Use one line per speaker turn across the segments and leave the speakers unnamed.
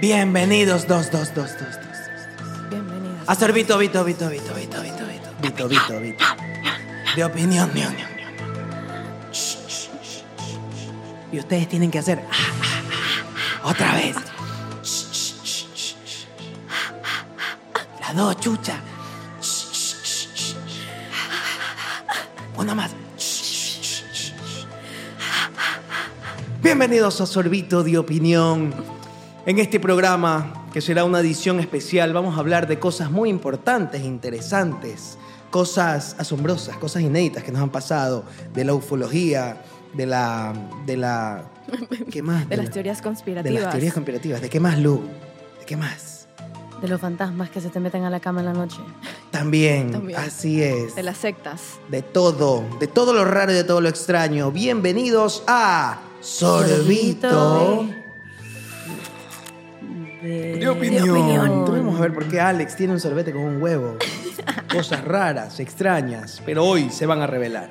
Bienvenidos, dos, dos, dos, dos, dos.
Bienvenidos.
A ser Vito, Vito, Vito, Vito, Vito, Vito, Vito. Vito, Vito, Vito. De opinión, niño, niño, niño. Shh, shh, shh, shh. Y ustedes tienen que hacer. ah, ah, ah. Otra vez. Shh, shh, shh, shh, shh. Las dos, chucha. Shh, shh, shh, shh. Una más. Shh, shh, shh, shh. Bienvenidos a Sorbito de Opinión. En este programa, que será una edición especial, vamos a hablar de cosas muy importantes, interesantes, cosas asombrosas, cosas inéditas que nos han pasado, de la ufología, de la... De la ¿Qué más?
De las teorías
De
conspirativas.
las teorías conspirativas. ¿De qué más, Lu? ¿De qué más?
De los fantasmas que se te meten a la cama en la noche.
También,
También.
así es.
De las sectas.
de todo, de todo lo raro y de todo lo extraño. Bienvenidos a Sorbito.
De,
Vamos a ver por qué Alex tiene un sorbete con un huevo. Cosas raras, extrañas, pero hoy se van a revelar.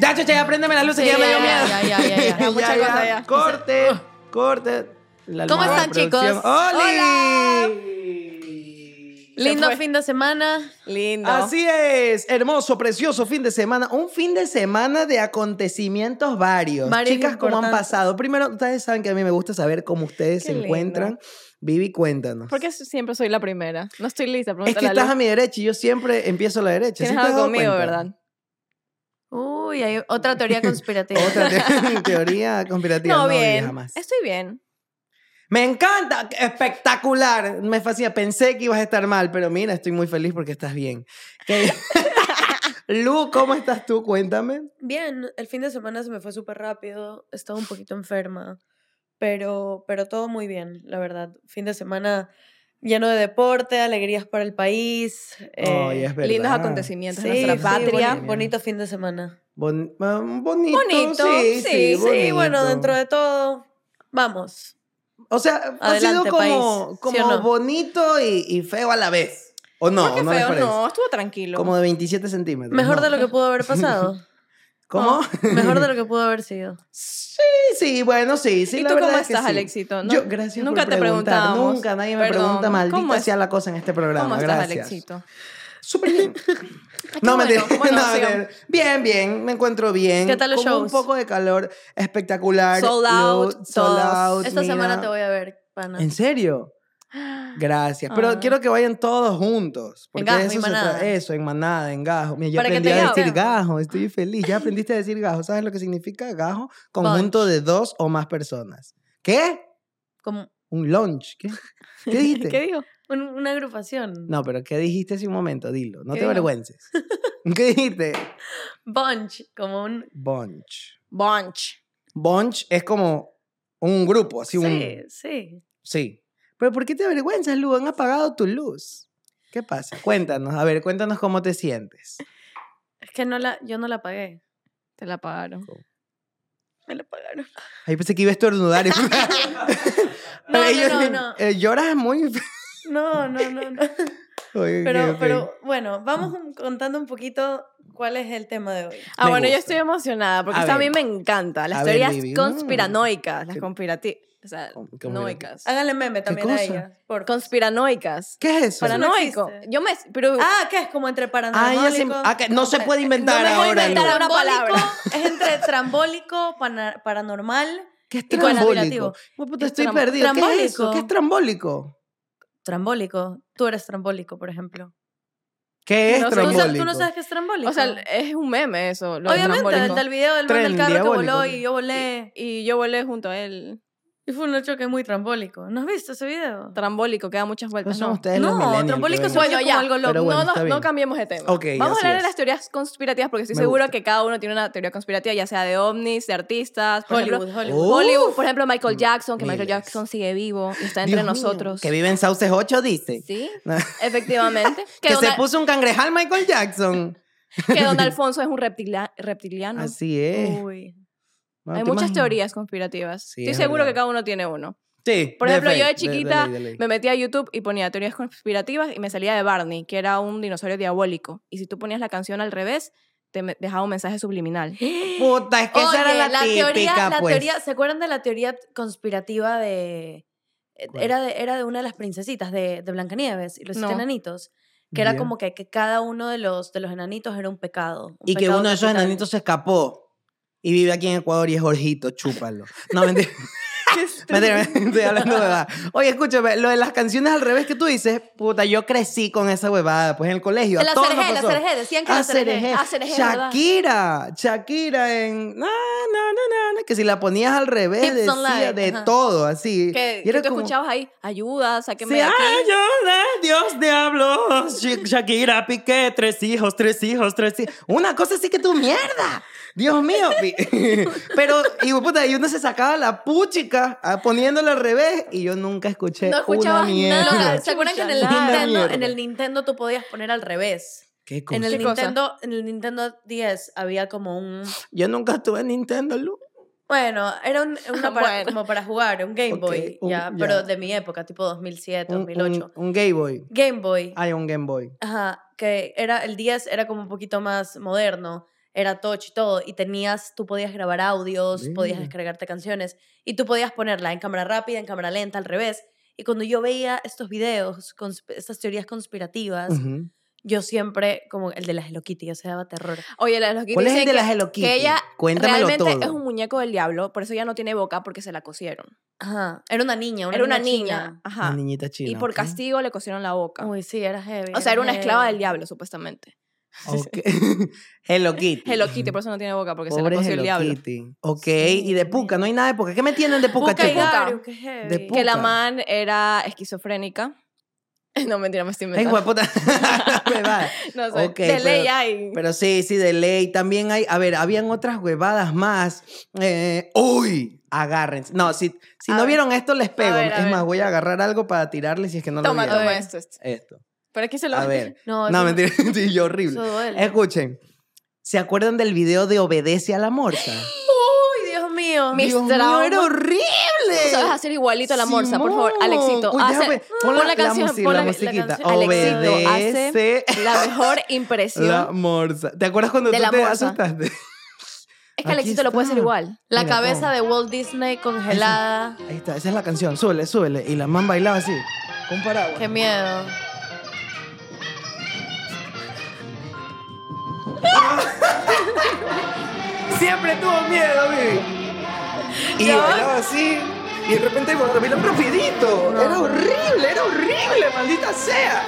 Ya, ya, ya, préndeme la luz, que
Sí,
ya me
ya, ya,
dio miedo.
ya, ya, ya, ya, mucha cosa, ya. "Oh".
Corte, corte. La
¿Cómo
almohada
están,
de producción.
chicos?
¡Oli!
Lindo
Se fue.
fin de semana.
Lindo.
Así es, hermoso, precioso fin de semana. Un fin de semana de acontecimientos varios.
Varios
Chicas, ¿cómo han
importantes.
pasado? Primero, ustedes saben que a mí me gusta saber cómo ustedes
Qué
se
lindo.
encuentran. Vivi, cuéntanos.
Porque siempre soy la primera. No estoy lista,
es que
pregúntale a
estás
Lu.
a mi derecha y yo siempre empiezo a la derecha. ¿Sí
Tienes
te has
algo
dado
conmigo,
cuenta?
¿verdad?
Uy, hay otra teoría conspirativa.
Otra te- teoría conspirativa. No,
no,
Vivi,
bien.
jamás.
Estoy bien.
Me encanta, espectacular. Me fascina. Pensé que ibas a estar mal, pero mira, estoy muy feliz porque estás bien. ¿Qué- Lu, ¿cómo estás tú? Cuéntame.
Bien, el fin de semana se me fue súper rápido, estaba un poquito enferma, pero, pero todo muy bien, la verdad. Fin de semana lleno de deporte, alegrías para el país.
Ay,
eh,
es verdad.
Lindos acontecimientos
sí,
en nuestra
sí,
patria.
boni- bonito fin de semana.
Bon- ah, bonito,
Bonito,
sí, sí,
sí,
Sí,
bonito.
bueno, dentro de todo, vamos.
O sea, ha sido
Adelante,
como,
país, ¿sí
como
o no?
bonito y, y feo a la vez. ¿O no?
¿Por qué
¿O no les
feo?
parece?
No, estuvo tranquilo.
Como de 27 centímetros.
Mejor
¿no?
de lo que pudo haber pasado.
¿Cómo?
Mejor de lo que pudo haber sido.
Sí, sí, bueno, sí, sí.
¿Y
la
tú cómo
verdad es que
estás,
sí.
Alexito? No-
Yo, gracias
Nunca
por
te
preguntar.
preguntábamos.
Nunca nadie me
Perdón,
pregunta
¿cómo
maldita
es-
sea la cosa en este programa.
¿Cómo estás,
gracias.
Alexito?
Súper bien. no,
bueno,
mentira.
bueno,
no,
sigamos.
mentira. Bien, bien. Me encuentro bien.
¿Qué tal los
Con un
shows?
poco de calor espectacular.
Sold
Lu,
out,
Sold
todos.
out.
Esta semana
mira.
te voy a ver, pana.
¿En serio? Gracias. Pero
Ah.
quiero que vayan todos juntos. Porque
gajo y
eso se
manada.
tra- Eso, en manada, en gajo. Mira, yo
Para que
aprendí
te
a decir
gajen.
gajo. Estoy feliz. Ya aprendiste a decir gajo. ¿Sabes lo que significa gajo? Conjunto de dos o más personas. ¿Qué?
Como
Un lunch. ¿Qué, ¿Qué dijiste?
¿Qué dijo?
un- una agrupación.
No, pero ¿qué dijiste hace un momento? Dilo. No te
¿Qué dijo?
avergüences. ¿Qué dijiste?
Bunch, como un...
Bunch.
Bunch.
Bunch es como un grupo, así
Sí,
un...
sí.
Sí. Pero ¿por qué te avergüenzas, Lu? Han apagado tu luz. ¿Qué pasa? Cuéntanos, a ver, cuéntanos cómo te sientes.
Es que no la, yo no la pagué.
Te la pagaron.
Me la pagaron.
Ahí pensé que iba a estornudar. y-
No,
Pero
no,
ellos-
no, no.
eh, lloras muy...
No, no, no, no.
Oye,
Pero,
ok, Ah. ok.
pero bueno, vamos un- contando un poquito cuál es el tema de hoy.
Ah,
Me
bueno, yo
gusta.
estoy emocionada porque
A
a, a mí
ver.
me encanta.
A
Las
ver,
teorías
Vivi, mm.
conspiranoicas, las
¿Qué-
conspirati- o sea,
Con- conspirati-
noicas.
Háganle meme también a
cosa?
ella. Por...
Conspiranoicas.
¿Qué es eso?
Para no-
Paranoico.
existe.
Yo me. Pero
Ah, ¿qué es? Como entre
Ah,
paranoico.
ella se- ah, que no se puede inventar
me voy a
ahora.
inventar
Lu.
ahora. una
Trambólico,
palabra.
Es entre trambólico, pana- paranormal.
¿Qué es
Y con el
trambólico?
apelativo.
Oh, puta,
Es
estoy
tram-
perdido. ¿Qué es eso?
trambólico.
¿Qué es trambólico?
Trambólico. Tú eres trambólico, por ejemplo.
¿Qué es
No sé,
¿Tú no,
trambólico?
sabes, tú no sabes qué es trambólico?
O sea, es un meme eso. lo del
Obviamente,
trambólico.
el del video del man
Tren
del carro que voló
diabólico.
y yo volé.
Y yo volé junto a él.
Y fue un choque muy trambólico. ¿No has visto ese video?
Trambólico, que da muchas
No
vueltas.
son
No,
ustedes los
No,
millennials,
trambólico
pero
es
bueno.
Bueno, ya.
algo
Pero
loco.
bueno,
no,
está
no,
bien.
no cambiemos de tema.
Ok,
Vamos
así
a hablar
es.
de las teorías conspirativas porque estoy
Me
segura
gusta.
que cada uno tiene una teoría conspirativa, ya sea de ovnis, de artistas, por ejemplo,
Hollywood, Hollywood.
Oh,
Hollywood, por ejemplo, Michael Jackson, que Michael
miles.
Jackson sigue vivo y está
Dios
entre
mío,
nosotros.
Que vive en Sauces 8, dice.
Sí, efectivamente.
que
que, don,
se puso un cangrejal Michael Jackson.
que don Alfonso es un reptila- reptiliano.
Así es.
Uy.
Bueno,
Ah, Hay
Ah, ¿te
muchas
imaginas?
teorías conspirativas.
Sí,
Estoy
es
seguro
verdad.
que cada uno tiene uno.
Sí.
Por ejemplo, yo de
fe,
chiquita
ley, de ley.
Me metí a YouTube y ponía teorías conspirativas y me salía de Barney, que era un dinosaurio diabólico. Y si tú ponías la canción al revés, te me- dejaba un mensaje subliminal.
Puta, es que esa era
Oye,
la, típica,
teoría, la
pues.
teoría, ¿se acuerdan de la teoría conspirativa de
¿Cuál?
Era de, era de una de las princesitas de, de Blancanieves y los siete
No.
enanitos. Que era
Ya.
como que, que cada uno de los, de los enanitos era un pecado. un
Y que
pecado
uno de esos
capital.
enanitos se escapó y vive aquí en Ecuador y es Jorgito, chúpalo. No, mentira. mentira, mentira, estoy hablando huevada. Oye, escúchame, lo de las canciones al revés que tú dices, puta, yo crecí con esa huevada, pues en el colegio. a
La
todos nos
CRG, la
pasó.
CRG, decían que la CRG.
ACRG.
Ah, CRG, ¿verdad?
Shakira, Shakira en na, na, na, na, na, que si la ponías al revés
Hips
decía
Online,
de
ajá.
todo, así.
Que,
Y era
que tú
como,
escuchabas ahí, ayuda, sáquenme
Sí, ah.
de aquí.
ayuda, Dios diablos. Sha- Shakira Piqué, tres hijos, tres hijos, tres hijos. Una cosa así que tu mierda. Dios mío. pi- Pero, y, puta, y uno se sacaba la puchica ah, poniéndola al revés y yo nunca escuché
No escuchabas
una
nada.
mierda.
Loca, ¿Se acuerdan que en el,
Una
Nintendo,
mierda.
en el Nintendo tú podías poner al revés?
Qué
En
cosa.
el,
¿Qué cosa?
Nintendo, en el Nintendo 10 había como un...
Yo nunca estuve en Nintendo, Lu.
Bueno, era un, una para-
Bueno.
como para jugar, un Game
Ok,
Boy,
un-
ya,
ya.
pero de mi época, tipo 2007,
Un,
2008.
un- un Game Boy.
Game Boy,
Hay un Game Boy.
ajá, que era, el 10 era como un poquito más moderno, era touch y todo, y tenías, tú podías grabar audios, podías
Mira.
descargarte canciones, y tú podías ponerla en cámara rápida, en cámara lenta, al revés. Y cuando yo veía estos videos, consp- estas teorías conspirativas,
Ujú.
yo siempre, como el de las Hello Kitty, yo se daba terror.
Oye, la de los Kitty
¿Cuál es el
dicen
de
que-
la Hello Kitty?
Que ella
Cuéntamelo
realmente
todo.
es un muñeco del diablo, por eso ya no tiene boca porque se la cosieron.
Ajá, era una niña, una
Era una
niña
niña,
china.
ajá.
Una niñita china.
y por
ok.
castigo le cosieron la boca.
Uy, sí, era heavy.
o sea, era una
heavy.
esclava del diablo, supuestamente.
Ok. Hello Kitty.
Hello Kitty, por eso no tiene boca porque se la
Pobre
cosió el
Hello
diablo.
Kitty. Ok,
Sí,
y de puca, no hay nada de puca. ¿Qué me entienden de puca,
Puka y
chicos?
Gaga.
Gabriel, qué heavy.
De pu-
Que la
Puta.
man era esquizofrénica. No, mentira, me estoy
Ay,
inventando.
hueputa. Huevada.
No sé.
Ok,
de ley
pero-
hay.
Pero sí, sí, de ley. También hay, a ver, habían otras huevadas más. Eh, ¡Uy! Agárrense. No, si, si
A
no
ver.
vieron esto, les pego.
ver, a
es
ver.
más, voy a agarrar algo para tirarle si es que no
toma,
lo vieron.
toma esto, esto.
Esto.
Pero aquí se lo
A ver.
No,
No,
eso-
mentira. Sí, yo horrible.
eso duele.
Escuchen. ¿Se acuerdan del video de Obedece a la Morsa?
Uy, Dios mío.
Mi- Mis
Dios mío, era
traumas.
horrible.
Tú sabes hacer igualito a la morsa, por favor,
Simón.
Alexito.
Uy,
haz
déjame-
el-
pon la,
la canción,
la, musi-
pon
la
la- la
musiquita.
canción. Alexito, hace
Obedece
la mejor
la
impresión.
morsa. ¿Te acuerdas cuando
De
tú
la
te
morsa.
asustaste?
Es que
Aquí
Alexito lo puede hacer
está.
igual.
La
Mira,
cabeza
toma.
de Walt Disney congelada.
Ahí está, esa es la canción. Súbele, súbele. Y la man bailaba así, con paraguas.
Qué miedo.
Siempre tuvo miedo, baby. Y bailaba así. Y de repente cuando bailaba rapidito. Era horrible, era horrible, maldita sea.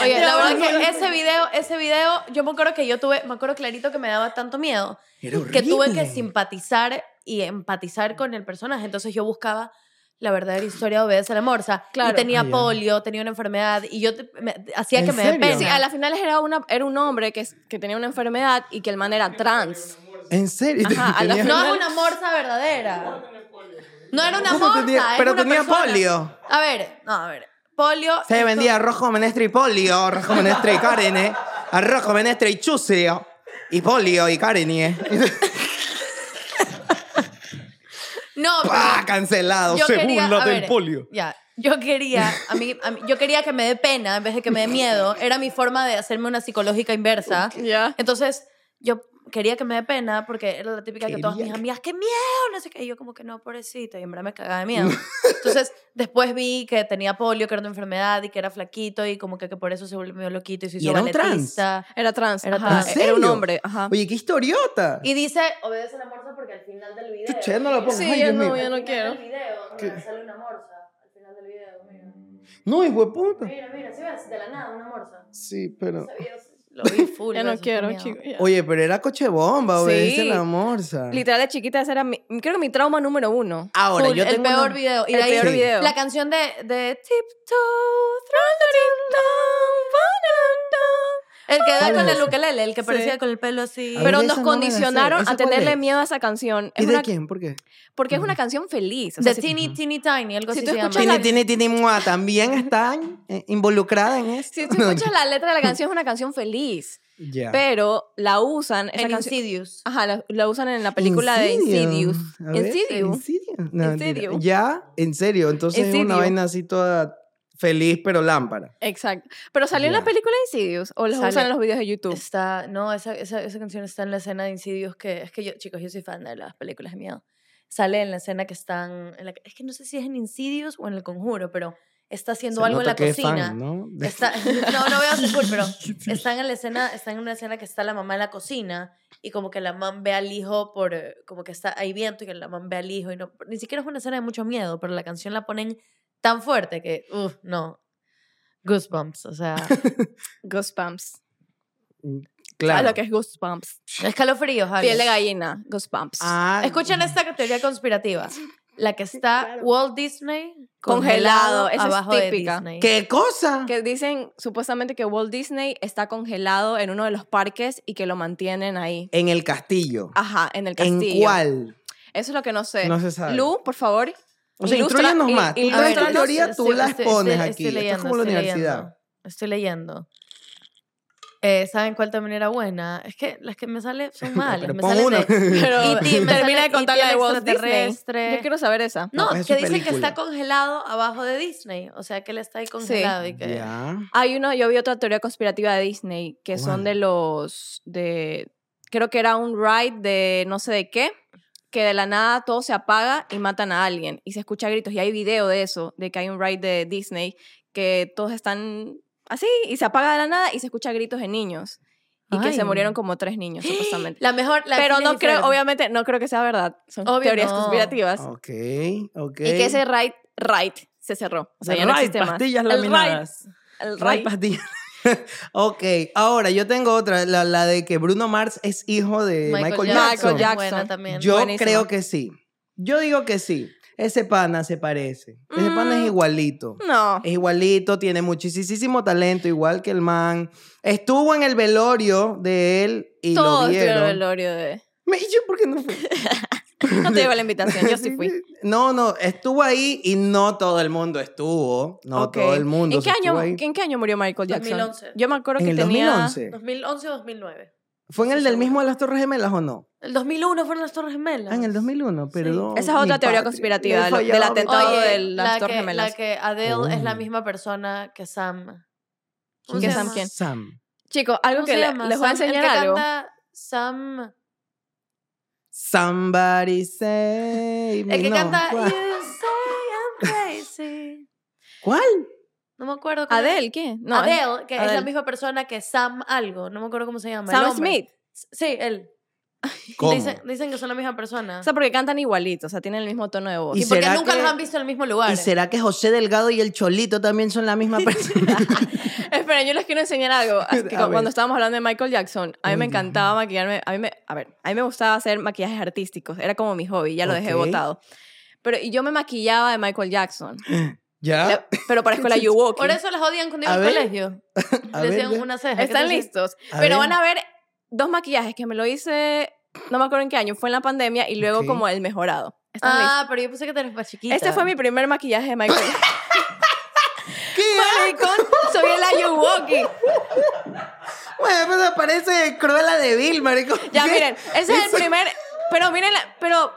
Oye, la
Ya,
verdad
vamos a
que
ver.
ese video, ese video, yo me acuerdo que yo tuve, me acuerdo clarito que me daba tanto miedo
Era horrible.
que tuve que simpatizar y empatizar con el personaje. Entonces yo buscaba la verdadera historia de Obedece a la Morsa. Y
Claro.
tenía
Ah, ya.
polio, tenía una enfermedad y yo te- me- hacía
¿En
que me dé
serio?
pena.
Sí, a la final era, una, era un hombre que, es- que tenía una enfermedad y que el man era trans.
En serio.
Ajá, a la
Tenía-
No
final-
es una morsa verdadera. No era una
¿Cómo
morsa.
tenía-
es
pero
una
tenía
persona.
polio?
A ver, no, a ver. Polio.
Se vendía rojo menestre y polio, rojo menestre y carne, a rojo menestre y chucio, y polio y carne. eh.
No, pero
¡Pah! Cancelado,
yo
se
quería,
burla
a
del
ver,
polio.
Ya. Yo quería, a mí, a mí- yo quería que me dé pena en vez de que me dé miedo. Era mi forma de hacerme una psicológica inversa.
Ya.
Entonces, yo quería que me dé pena porque era la típica que todas
Quería
mis amigas, ¡qué miedo! No sé qué. Y yo, como que no, pobrecita. Y en verdad me cagaba de miedo. Entonces, después vi que tenía polio, que era una enfermedad y que era flaquito y como que, que por eso se volvió loquito y se
¿Y
hizo
era un trans?
balletista.
Era trans.
Era
Era,
trans.
¿En
ah, era un
serio?
hombre. Ajá.
Oye, qué historiota.
Y dice, obedece a la morsa porque al final del video.
Chucha, ya no la pongo.
Sí,
Ay,
ya
Dios
no,
mío.
ya no quiero.
video,
mira, ¿Qué?
sale una morsa. Al final del video, mira.
No, hijo de puta.
Mira, mira, si ves de la nada una morsa.
Sí, pero.
Lo vi full.
Ya
me
no
asustó
quiero,
miedo.
chicos. ya.
Oye, pero era coche bomba,
Sí.
obedece la morsa.
Literal, de chiquita, ese era mi, creo que mi trauma número uno.
Ahora,
Full,
yo
el
tengo
peor
una-
video. Y
El
de ahí
peor
Sí.
video.
la canción de, de Tiptoe. through the night, dum, ba, dum, dum. El que
¿Cuál
da con
es
el
ese?
ukelele, el que
Sí.
parecía con el pelo así.
A ver,
Pero
esa no me
nos
la sé.
condicionaron
¿Esa
a
cuál
tenerle
es?
miedo a esa canción.
¿Y
Es
de
una-
quién? ¿Por qué?
Porque es una canción feliz. O sea,
De
si-
Teeny Teeny Tiny, algo
Si
así
tú
se llama.
escuchas
Tini, tini,
la-
tini, mua, también está eh, involucrada en esto.
si tú escuchas la letra de la canción, es una canción feliz.
Ya.
Pero la usan. esa
En
canción-
Insidious.
Ajá, la, la usan en la película de Insidious.
A ver,
Insidious.
Insidious. No, mentira.
Insidious.
Ya, en serio. Entonces es una
Insidious.
vaina así toda feliz, pero lámpara.
Exacto. Pero salió en
Ya.
la película de Insidious o la
Sale.
usan en los videos de YouTube.
Está, no, esa, esa, esa canción está en la escena de Insidious que es que yo, chicos, yo soy fan de las películas de miedo. sale en la escena que están. en la- es que no sé si es en Insidious o en El Conjuro, pero está haciendo
Se
algo en
nota
la
que es
cocina.
fan, ¿no? De-
Está- no, no veo full, pero están en la escena, están en una escena que está la mamá en la cocina y como que la mamá ve al hijo por, eh, como que está, hay viento y que la mamá ve al hijo y no, ni siquiera es una escena de mucho miedo, pero la canción la ponen tan fuerte que, uff, no, goosebumps, o sea,
Goosebumps. ¿Sabes
Claro.
lo que es Goosebumps?
escalofríos, Alex.
Piel de gallina, Goosebumps.
Ah,
Escuchen esta teoría conspirativa, la que está Walt Disney
Congelado,
congelado,
esa es
abajo
típica.
de Disney.
¿Qué cosa?
Que dicen supuestamente que Walt Disney está congelado en uno de los parques y que lo mantienen ahí.
En el castillo.
Ajá, en Ah, el castillo.
¿En cuál?
Eso es lo que no sé.
No se sabe.
Lu, por favor.
O sea,
ilustra-
instruyanos
il-
más. Tú
A
traes
ver,
la
ilústranos.
teoría, tú la expones aquí. Esto es como la
estoy
universidad.
leyendo, estoy leyendo. Eh, ¿Saben cuál también era buena? Es que las que me salen son malas.
Pero
me
pon
salen
una.
de
Pero
E.T., me sale
termina de contar la
E.T.
de
el
Walt Disney.
extraterrestre.
Yo quiero saber esa.
No,
No,
pues es
que
su
dicen que
película.
está congelado abajo de Disney. O sea, que él está ahí congelado y que...
Ya.
Hay uno, yo vi otra teoría conspirativa de Disney que son
¿Cuál?
de los de creo que era un ride de no sé de qué que de la nada todo se apaga y matan a alguien y se escucha gritos y hay video de eso de que hay un ride de Disney que todos están así y se apaga de la nada y se escucha gritos de niños y que se
Ay.
murieron como tres niños supuestamente.
La mejor... la
Pero
Phineas
no
y
creo,
Ferb.
obviamente no creo que sea verdad. Son
Obvio
teorías
no.
conspirativas
Ok, ok.
y que ese ride ride se cerró, o sea, ya no
Right,
existe más.
pastillas
El ride,
laminadas.
el
Right,
ride.
pastillas. ok, ahora yo tengo otra, la, la de que Bruno Mars es hijo de Eh, Michael, Jackson.
Michael Jackson.
Buena también.
Yo
Buenísimo.
creo que sí. Yo digo que sí. Ese pana se parece. Ese pana
Mm.
es igualito.
No.
Es igualito, tiene muchísimo talento, igual que el man. Estuvo en el velorio de él y
Todos
lo
tuvieron
vieron.
el velorio de.
Me- ¿Y yo por qué no fui?
No te llegó la invitación, yo sí fui.
No, no, estuvo ahí y no todo el mundo estuvo. No
Ok.
todo el mundo.
¿En qué,
se estuvo
año,
ahí.
¿En qué año murió Michael Jackson?
2011.
Yo me acuerdo
¿En
que
el
tenía.
2011?
2011 o 2009.
¿Fue en el
Sí,
del
seguro.
mismo de las Torres Gemelas o no?
El 2001 fueron las Torres Gemelas.
Ah, en el 2001, perdón.
Esa es otra
mi
teoría
patria.
conspirativa,
Le he
de lo- del
fallado a mi
atentado
patria.
de las
la
Torres
que,
Gemelas.
La que Adele es la
Oh.
misma persona que Sam. ¿Cómo
¿Que
se
Sam
llama?
quién?
Sam.
Chicos, algo
¿Cómo
que
se
le-
llama?
les voy a
Sam- el
enseñar
que
algo.
canta Sam.
Somebody save me.
El que
no,
canta You
¿Cuál?
say I'm crazy.
¿Cuál?
No me acuerdo. cómo-
Adele, ¿qué? No, es-
Adele, que es la
Adele.
misma persona que Sam algo. No me acuerdo cómo se llama. el
Sam
hombre.
Smith.
Sí, él.
¿Cómo?
Dicen, dicen que son la misma persona.
O sea, porque cantan igualito, o sea, tienen el mismo tono de voz.
Y
y porque
será
nunca
que-
los han visto en el mismo lugar.
¿Y será que José Delgado y el Cholito también son la misma persona?
Esperen, yo les quiero enseñar algo. así que
A
cu-
ver.
cuando estábamos hablando de Michael Jackson, a mí
Uy,
me
Dios
encantaba maquillarme. A mí me, a ver, a mí me gustaba hacer maquillajes artísticos. Era como mi hobby, ya lo dejé
Ok.
botado. Pero y yo me maquillaba de Michael Jackson.
¿Ya?
Le- pero parezco la You Walking.
Por eso las odian cuando
A
iban al
ver.
colegio.
A
Le
ver,
hacían
ve.
una ceja. ¿qué
Están
te hacían?
listos.
A
pero
ver.
van a ver dos maquillajes que me lo hice, no me acuerdo en qué año, fue en la pandemia y luego
Ok.
como el mejorado. ¿Están
Ah, pero yo pensé que te eras más chiquita.
listos? Este fue mi primer maquillaje de Michael.
¿Qué?
Maricón, soy el Ayu Walking.
Bueno, pero parece Cruella de Vil, marico.
Ya
¿Qué?
miren, ese es el
Eso-
primer. Pero miren, la- pero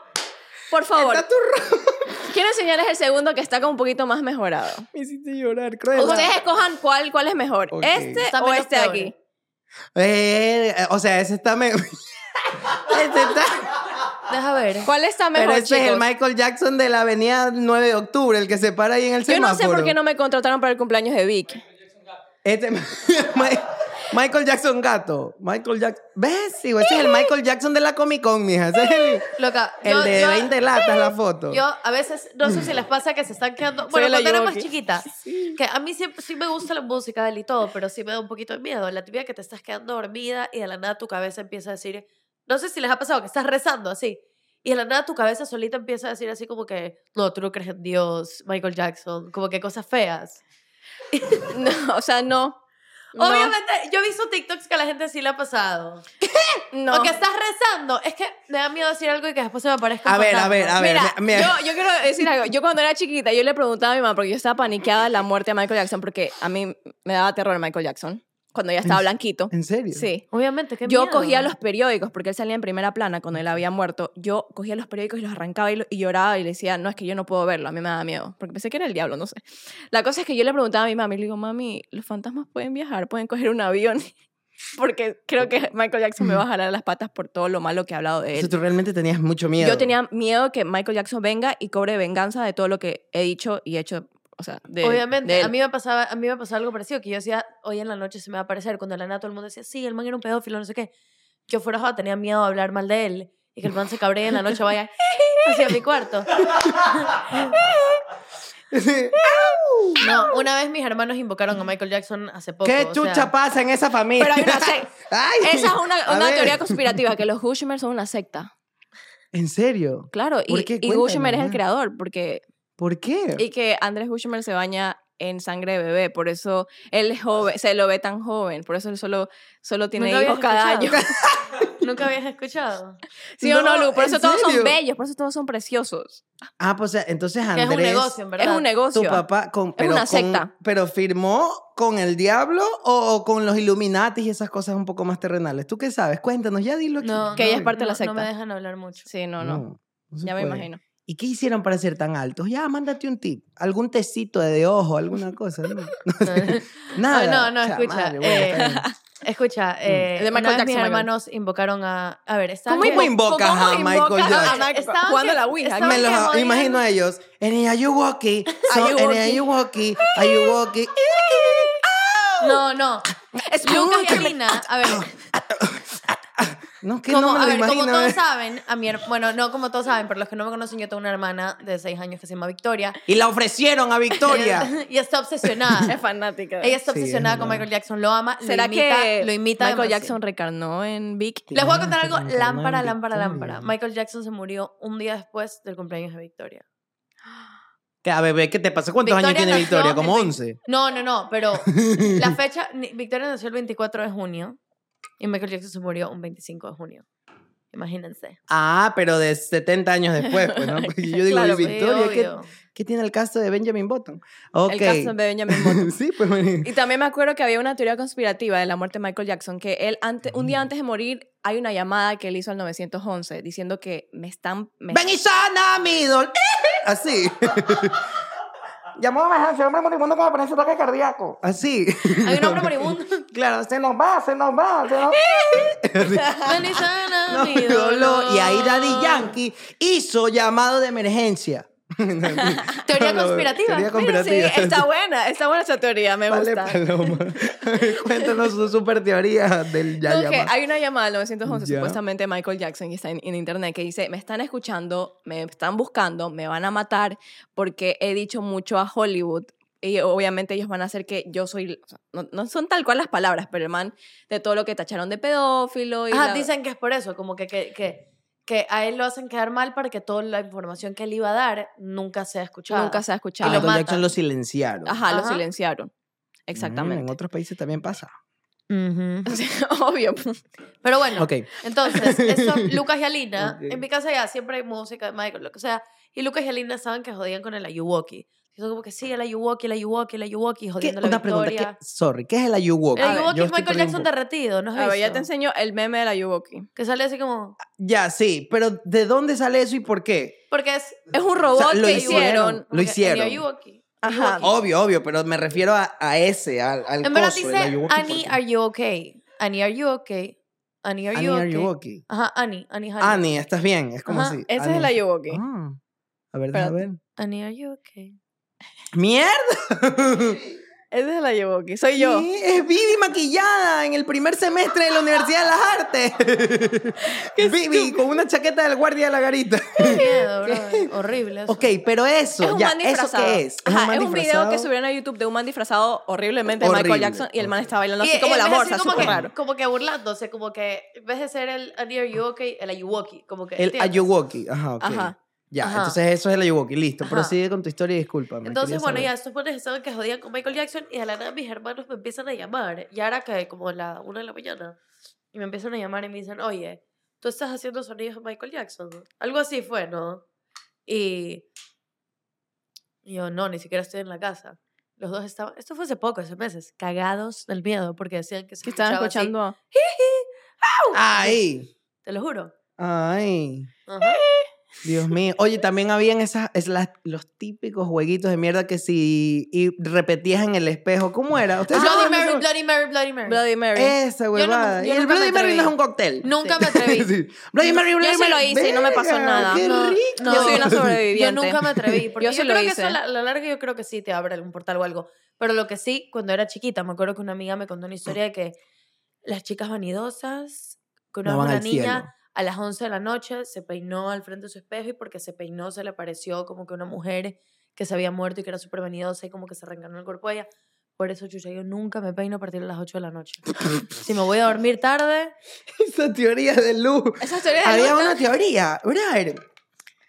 por favor,
Está tu ro-
quiero enseñarles el segundo que está como un poquito más mejorado.
Me hiciste llorar, Cruella.
Ustedes escojan cuál, cuál es mejor,
Ok.
este
Está
o
menos
este
peor.
aquí.
Eh, eh, o sea, ese está... Me... ese está...
Deja ver.
¿Cuál está mejor,
Pero ese es el
chicos?
Michael Jackson de la avenida 9 de octubre, el que se para ahí en el
Yo no
semáforo.
sé por qué no me contrataron para el cumpleaños de Vic.
Este, Mi- Michael Jackson gato. Michael Jackson. ¿Ves? Sí, ese es el Michael Jackson de la Comic Con, mija. Ese es el,
Loca,
el
yo-
de
yo-
20 latas la foto.
Yo a veces, no sé si les pasa que se están quedando.
Soy
Bueno,
la
cuando era más
Yoki.
chiquita, que a mí siempre, sí me gusta la música del y todo, pero sí me da un poquito de miedo. La típica que te estás quedando dormida y de la nada tu cabeza empieza a decir, no sé si les ha pasado que estás rezando así. Y de la nada tu cabeza solita empieza a decir así como que, no, tú no crees en Dios, Michael Jackson, como que cosas feas.
No, o sea, no. No.
Obviamente, yo he visto TikToks que a la gente sí le ha pasado.
No.
O que estás rezando. Es que me da miedo decir algo y que después se me aparezca. un
a ver, a
fantasma.
ver, a ver.
Mira,
me- me-
Yo, yo quiero decir algo. Yo cuando era chiquita, yo le preguntaba a mi mamá, porque yo estaba paniqueada de la muerte de Michael Jackson, porque a mí me daba terror Michael Jackson, cuando ya estaba blanquito.
¿En serio?
Sí.
Obviamente, qué
Yo
miedo.
cogía los periódicos, porque él salía en primera plana cuando él había muerto. Yo cogía los periódicos y los arrancaba y, lo- y lloraba y le decía, no, es que yo no puedo verlo, a mí me da miedo, porque pensé que era el diablo, no sé. La cosa es que yo le preguntaba a mi mami, le digo, mami, los fantasmas pueden viajar, pueden coger un avión. Porque creo que Michael Jackson me va a jalar las patas por todo lo malo que he hablado de
O
él.
sea, tú realmente tenías mucho miedo.
Yo tenía miedo que Michael Jackson venga y cobre venganza de todo lo que he dicho y hecho, o sea, de
Obviamente,
de él.
a mí me pasaba, a mí me pasaba algo parecido, que yo decía, hoy en la noche se me va a aparecer, cuando de la nada todo el mundo decía, sí, el man era un pedófilo, no sé qué. Yo fuera joda, tenía miedo a hablar mal de él, y que el man se cabree en la noche, vaya hacia mi cuarto. No, una vez mis hermanos invocaron a Michael Jackson hace poco.
¿Qué
o
chucha
sea,
pasa en esa familia?
Pero hay una sec-
Ay,
Esa es una,
a
una
ver.
teoría conspirativa, que los Gushmers son una secta.
¿En serio?
Claro,
¿Por
y,
qué?
y Gushmer
Cuéntame,
es
ah.
el creador, porque...
¿Por qué?
Y que Andrés Gushmer se baña en sangre de bebé, por eso él es joven, se lo ve tan joven, por eso él solo, solo tiene
Nunca habías
hijos cada año.
escuchado. Nunca habías escuchado.
¿Sí o no, Lu? Por
¿en
eso todos
serio?
son bellos, por eso todos son preciosos.
Ah, pues entonces
Que
Andrés,
es un negocio, en verdad.
Es un negocio.
tu papá, con, pero,
una
con-
secta.
pero firmó con el diablo o, o con los Illuminati y esas cosas un poco más terrenales. ¿Tú qué sabes? Cuéntanos, ya dilo. aquí.
No,
Que
no,
ella es parte de la
no- No me
secta.
dejan hablar mucho.
Sí, no, no.
no se
ya me
puede.
imagino.
¿Y qué hicieron para ser tan altos? Ya, mándate un tip. Algún tecito de ojo, alguna cosa. No, Nada.
No, no,
Cha
escucha,
madre, bueno,
eh,
está bien.
Escucha, eh,
Mm. De Michael
una vez
Jackson,
mis
Michael.
hermanos invocaron a... A ver, estaba...
¿Cómo invo- invocas a Michael Jackson?
Estaban
Jugando
que-
a la Ouija.
estaban
me los
que jodían-
imagino a ellos. En Ayuwoki, so,
Are you
en
walking?
Ayuwoki, Ayuwoki.
No, no.
Es
Lucas
muy
y Alina, a ver,
No, Ah, que
como,
no me
a
lo
ver, como
imagino.
todos
eh.
saben, a mi her- bueno, no como todos saben, pero los que no me conocen, yo tengo una hermana de seis años que se llama Victoria.
Y la ofrecieron a Victoria.
Y está obsesionada.
es fanática.
Ella está
Sí, es
obsesionada con
verdad.
Michael Jackson, lo ama, lo
¿Será
imita,
que
lo imita
Michael
demasiado.
Jackson recarnó en Vic?
Les voy a contar
Claro,
algo,
se llama
lámpara, lámpara,
Victoria.
lámpara. Michael Jackson se murió un día después del cumpleaños de Victoria.
Que, A bebé, ¿qué te pasa? ¿Cuántos
Victoria
años tiene
nació
Victoria?
el
Como
vein-
11.
No, no, no, pero la fecha, ni- Victoria nació el 24 de junio y Michael Jackson se murió un 25 de junio. Imagínense.
Ah, pero de 70 años después, pues, ¿no? Porque yo digo,
Claro,
¿y
sí,
Victoria, ¿qué,
obvio.
qué tiene el caso de Benjamin Button? Ok.
El caso de Benjamin Button.
sí, pues. bueno.
Y también me acuerdo que había una teoría conspirativa de la muerte de Michael Jackson, que él ante- un
Mm.
día antes de morir hay una llamada que él hizo al 911 diciendo que me están... me-
¡Ven y sana, mi ídolo! Así. Llamó a emergencia, hombre moribundo con apariencia de ataque cardíaco. Así.
Hay un hombre moribundo.
Claro, se nos va, se nos va, se nos
Ven y sana
No,
mi
mi dolor.
dolor.
Y ahí Daddy Yankee hizo llamado de emergencia.
Teoría
No, no,
conspirativa.
Teoría
Mira,
Mira, sí,
conspirativa.
está buena, está buena esa teoría, me
Vale,
gusta.
Paloma. Cuéntanos su super teoría del ya
No, que
llamado.
hay una llamada al 911
Ya.
supuestamente de Michael Jackson y está en, en internet que dice, me están escuchando, me están buscando, me van a matar porque he dicho mucho a Hollywood. Y obviamente ellos van a hacer que yo soy, o sea, no, no son tal cual las palabras, pero el man de todo lo que tacharon de pedófilo. Y
Ajá,
Ah,
la-
dicen que es por eso, como que, que, que, que a él lo hacen quedar mal para que toda la información que él iba a dar nunca sea escuchada.
Nunca se ha
A
escuchado.
y lo
Michael
matan.
Jackson lo silenciaron.
Ajá, lo
Ajá.
silenciaron.
Mm, en
Exactamente.
otros países también pasa.
Ujú.
O sea, Obvio.
Pero bueno,
Ok.
Entonces, eso, Lucas y Alina,
Ok.
en mi casa ya siempre hay música de Michael, lo que sea, y Lucas y Alina saben que jodían con el Ayuwoki. Y son como que sí, el Ayuwoki, el Ayuwoki, el Ayuwoki,
¿Qué-
jodiendo la
una pregunta.
victoria.
¿qué- sorry, ¿qué es el Ayuwoki?
El
A ver,
Ayuwoki
yo
es
estoy
Michael Jackson
perdido.
derretido, ¿no has
A ver, ya te
visto?
enseño el meme de la Yuboki.
Que sale así como...
Ya, sí, pero ¿de dónde sale eso y por qué?
Porque es...
Es un robot
lo
que
hicieron.
hicieron.
Lo hicieron.
El Ayuwoki.
Ajá.
Obvio, obvio, pero me refiero a, a ese, al, al
En verdad
coso, el
dice,
Ayuwoki, ¿por
Annie,
qué?
are you okay? Annie, are you okay? Annie, are you
Annie,
okay?
are you okay?
Ajá, Annie, Annie, honey.
Annie, ¿estás bien? Es como
Ajá,
así.
Ese es el
Annie.
Ayuboki.
Ah, a ver, déjame ver.
Annie, are you okay?
¡Mierda!
Ese es el Ayuboki. Soy yo.
Sí, Es Vivi maquillada en el primer semestre de la Universidad de las Artes. Vivi con una chaqueta del guardia de la garita.
Qué miedo, bro. Horrible eso.
ok, pero eso,
Es un
ya,
man
¿eso
disfrazado.
qué es?
Ajá,
man
es un video
disfrazado?
que subieron a YouTube de un man disfrazado horriblemente de Michael
Horrible.
Jackson y el man está bailando
Y
así como
él
la
es así
morsa,
como
súper
que,
raro.
Como que burlándose, como que en vez de ser el Annie Are You Okay, el Ayuwoki. Como que,
El
¿entiendes?
Ayuwoki. Ajá, ok.
Ajá.
Ya,
Ajá.
entonces eso es el Ayuwoki. Listo,
Ajá.
prosigue con tu historia y discúlpame.
Entonces,
quería
bueno,
saber.
ya estos pones estaban que jodían con Michael Jackson y de la nada mis hermanos me empiezan a llamar. Y ahora que como a la una de la mañana. Y me empiezan a llamar y me dicen, oye, tú estás haciendo sonidos de Michael Jackson. Algo así fue, ¿no? Y y yo, no, ni siquiera estoy en la casa. Los dos estaban, esto fue hace poco, hace meses, cagados del miedo porque decían que se
Que estaban
escuchaba así.
escuchando.
Ahí.
Te lo juro.
Ay.
Ajá.
Dios mío. Oye, también habían esas, es las- los típicos jueguitos de mierda que si y repetías en el espejo. ¿Cómo era? ¿Ustedes se
Bloody
acuerdan de
Mary,
eso?
Bloody Mary, Bloody Mary.
Ah, Bloody Mary.
Esa huevada.
yo
y el
nunca me
Bloody Mary no es
atreví.
un cóctel.
Nunca me atreví.
Sí. Bloody Mary, Bloody
sí
Mary.
lo hice y no me pasó
Verga,
nada.
¡Qué
No,
rico!
no.
Yo soy una
Yo
sobreviviente.
nunca me atreví, porque yo,
Yo sí lo
creo que
hice.
eso a la, a la larga yo creo que sí te abre algún portal o algo. Pero lo que sí, cuando era chiquita, me acuerdo que una amiga me contó una historia de que las chicas vanidosas, que una,
No van
vez una
al
niña
cielo.
a las 11 de la noche se peinó al frente de su espejo y porque se peinó se le apareció como que una mujer que se había muerto y que era súper vanidosa y como que se reencarnó el cuerpo de ella. Por eso, chucha, yo nunca me peino a partir de las 8 de la noche. si me voy a dormir tarde,
Esa teoría de luz.
Esa historia de
Había
Luna-
una teoría, brother,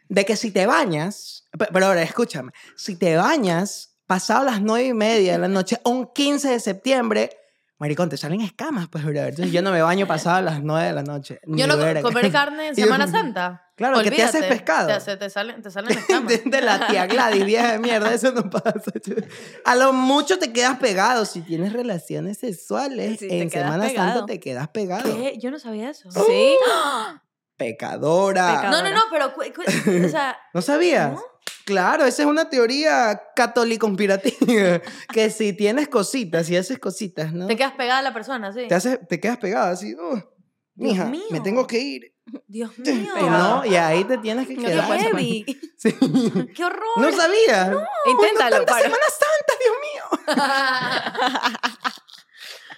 de que si te bañas, pe- pero ahora escúchame, si te bañas pasado las nueve y media de la noche, un 15 de septiembre, maricón, te salen escamas, pues, brother. Entonces yo no me baño pasado las nueve de la noche. ni
yo no
verga.
comer carne en
Y yo-
Semana Santa.
Claro, que te haces
Olvídate,
pescado.
Te, hace- te salen, te salen escamas.
de, de la tía Gladys, vieja de mierda, eso no pasa. A lo mucho te quedas pegado. Si tienes relaciones sexuales,
Sí, te
en
quedas
Semana Santa
pegado.
te quedas pegado.
¿Qué? Yo no sabía eso.
Oh,
Sí.
Pecadora.
Pecado.
No, no, no, pero cu- cu- o sea,
¿No sabías?
¿No?
Claro, esa es una teoría católica conspirativa. que si tienes cositas y haces cositas, ¿no?
te quedas pegada a la persona, sí.
Te haces- te quedas pegada así. "Oh,
Dios
mija,
mío.
me tengo que ir.
Dios mío.
Y no, y ahí te tienes que
No te
Qué
quedar.
puedes
heavy.
Sí.
Qué horror.
No sabía.
Inténtalo.
Tanta
para-
Semana Santa, Dios mío.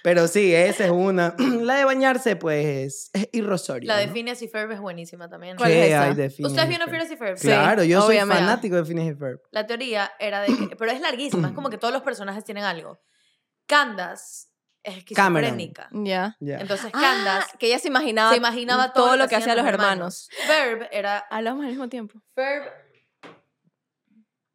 Pero sí, esa es una. La de bañarse, pues, es irrosoria.
la de
¿no?
Phineas y Ferb es buenísima también.
¿Cuál
¿Qué
es esa?
hay de Phineas
¿Ustedes
y
vieron
Ferb?
Phineas y Ferb?
Sí.
Claro, yo
obviamente.
soy fanático de Phineas y Ferb.
La teoría era de que, pero es larguísima, es como que todos los personajes tienen algo. Candace es
Cameron.
esquizofrénica.
Ya.
Ya.
Entonces
Ah,
Candace
que ella se imaginaba,
se imaginaba todo,
lo que hacían los hermanos.
Ferb era
Hablamos al mismo tiempo.
Ferb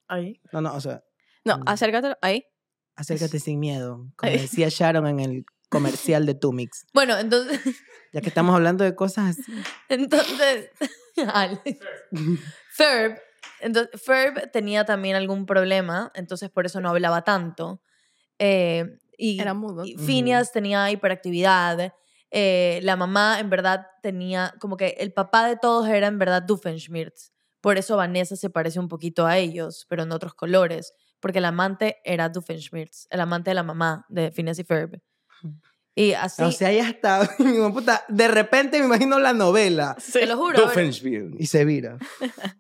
Ahí.
No, no, o sea,
No,
Mm.
acércatelo. Ahí.
acércate sin miedo. Como
Ay.
decía Sharon en el comercial de Tumix.
Bueno, entonces
Ya que estamos hablando de cosas así.
Entonces, Alex. Ferb, entonces, Ferb tenía también algún problema, entonces por eso no hablaba tanto. Eh, y,
Era mudo.
y Phineas tenía hiperactividad. eh, la mamá, en verdad, tenía como que el papá de todos era en verdad Doofenshmirtz. Por eso Vanessa se parece un poquito a ellos, pero en otros colores. Porque el amante era Doofenshmirtz, el amante de la mamá de Phineas y Ferb. Y así,
O sea, ya está. hijo de puta, De repente me imagino la novela.
te lo juro.
Doofenshmirtz. Y se vira.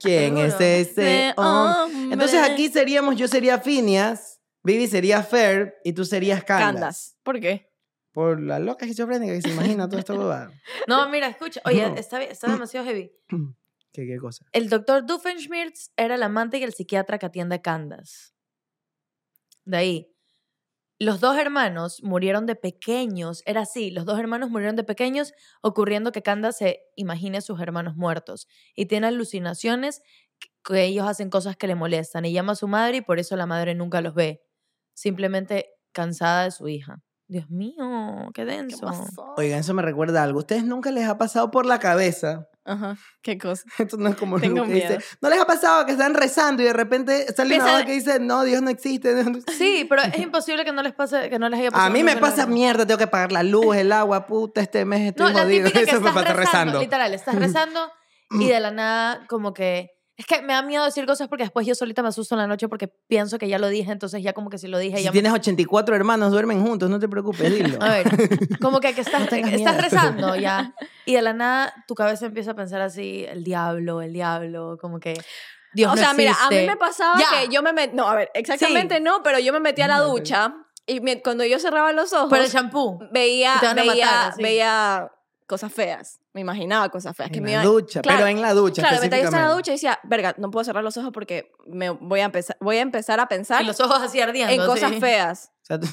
¿Quién
Te
es
juro.
ese
De
hombre?
hombre.
Entonces aquí seríamos, yo sería Phineas, Vivi sería Ferb y tú serías Candace.
Candas. ¿Por qué?
Por la loca esquizofrénica que se imagina toda esta huevada.
No, mira, escucha. Oye,
No.
está, bien- está demasiado heavy.
¿Qué, qué cosa?
El doctor Doofenshmirtz era el amante y el psiquiatra que atiende a Candace. De ahí. Los dos hermanos murieron de pequeños. Era así, los dos hermanos murieron de pequeños, ocurriendo que Candace se imagine a sus hermanos muertos y tiene alucinaciones que- que ellos hacen cosas que le molestan y llama a su madre y por eso la madre nunca los ve. Simplemente cansada de su hija. Dios mío, qué denso.
Oigan, eso me recuerda a algo. ¿Ustedes nunca les ha pasado por la cabeza?
Ajá. ¿Qué cosa?
Esto no es como lo
Tengo
que dice.
miedo.
¿No les ha pasado que están rezando y de repente sale una
Empiezan-
voz que dice, no, Dios no existe? Dios no existe"?
Sí, pero es imposible que no les pase, que no les haya pasado.
A mí me
nunca en la
pasa
vida.
mierda, tengo que pagar la luz, el agua, puta, este mes estoy
No, la
jodido.
típica que
Eso me
estás
pasa
rezando,
rezando.
Literal, estás rezando y de la nada como que... Es que me da miedo decir cosas porque después yo solita me asusto en la noche porque pienso que ya lo dije, entonces ya como que si lo dije
Si
ya... me-
tienes 84 hermanos, duermen juntos, no te preocupes, dilo.
A ver, como que, que estás,
No tengas
estás
miedo.
rezando ya y de la nada tu cabeza empieza a pensar así, el diablo, el diablo, como que Dios
o
no
sea, mira, a mí
existe.
me pasaba
Ya.
que yo me met- No, a ver, exactamente no, pero yo me metía a la ducha y mi- cuando yo cerraba los ojos,
Por el champú.
veía,
Y te van a
veía,
matar, así.
veía cosas feas. Me imaginaba cosas feas. que
En
me
la
iban-
ducha,
Claro,
pero en la ducha.
Claro, me metía en la
específicamente.
ducha y decía, verga, no puedo cerrar los ojos porque me voy a empezar, voy a, empezar a pensar
Y los ojos así ardiendo.
en cosas
así.
feas.
O sea, tú-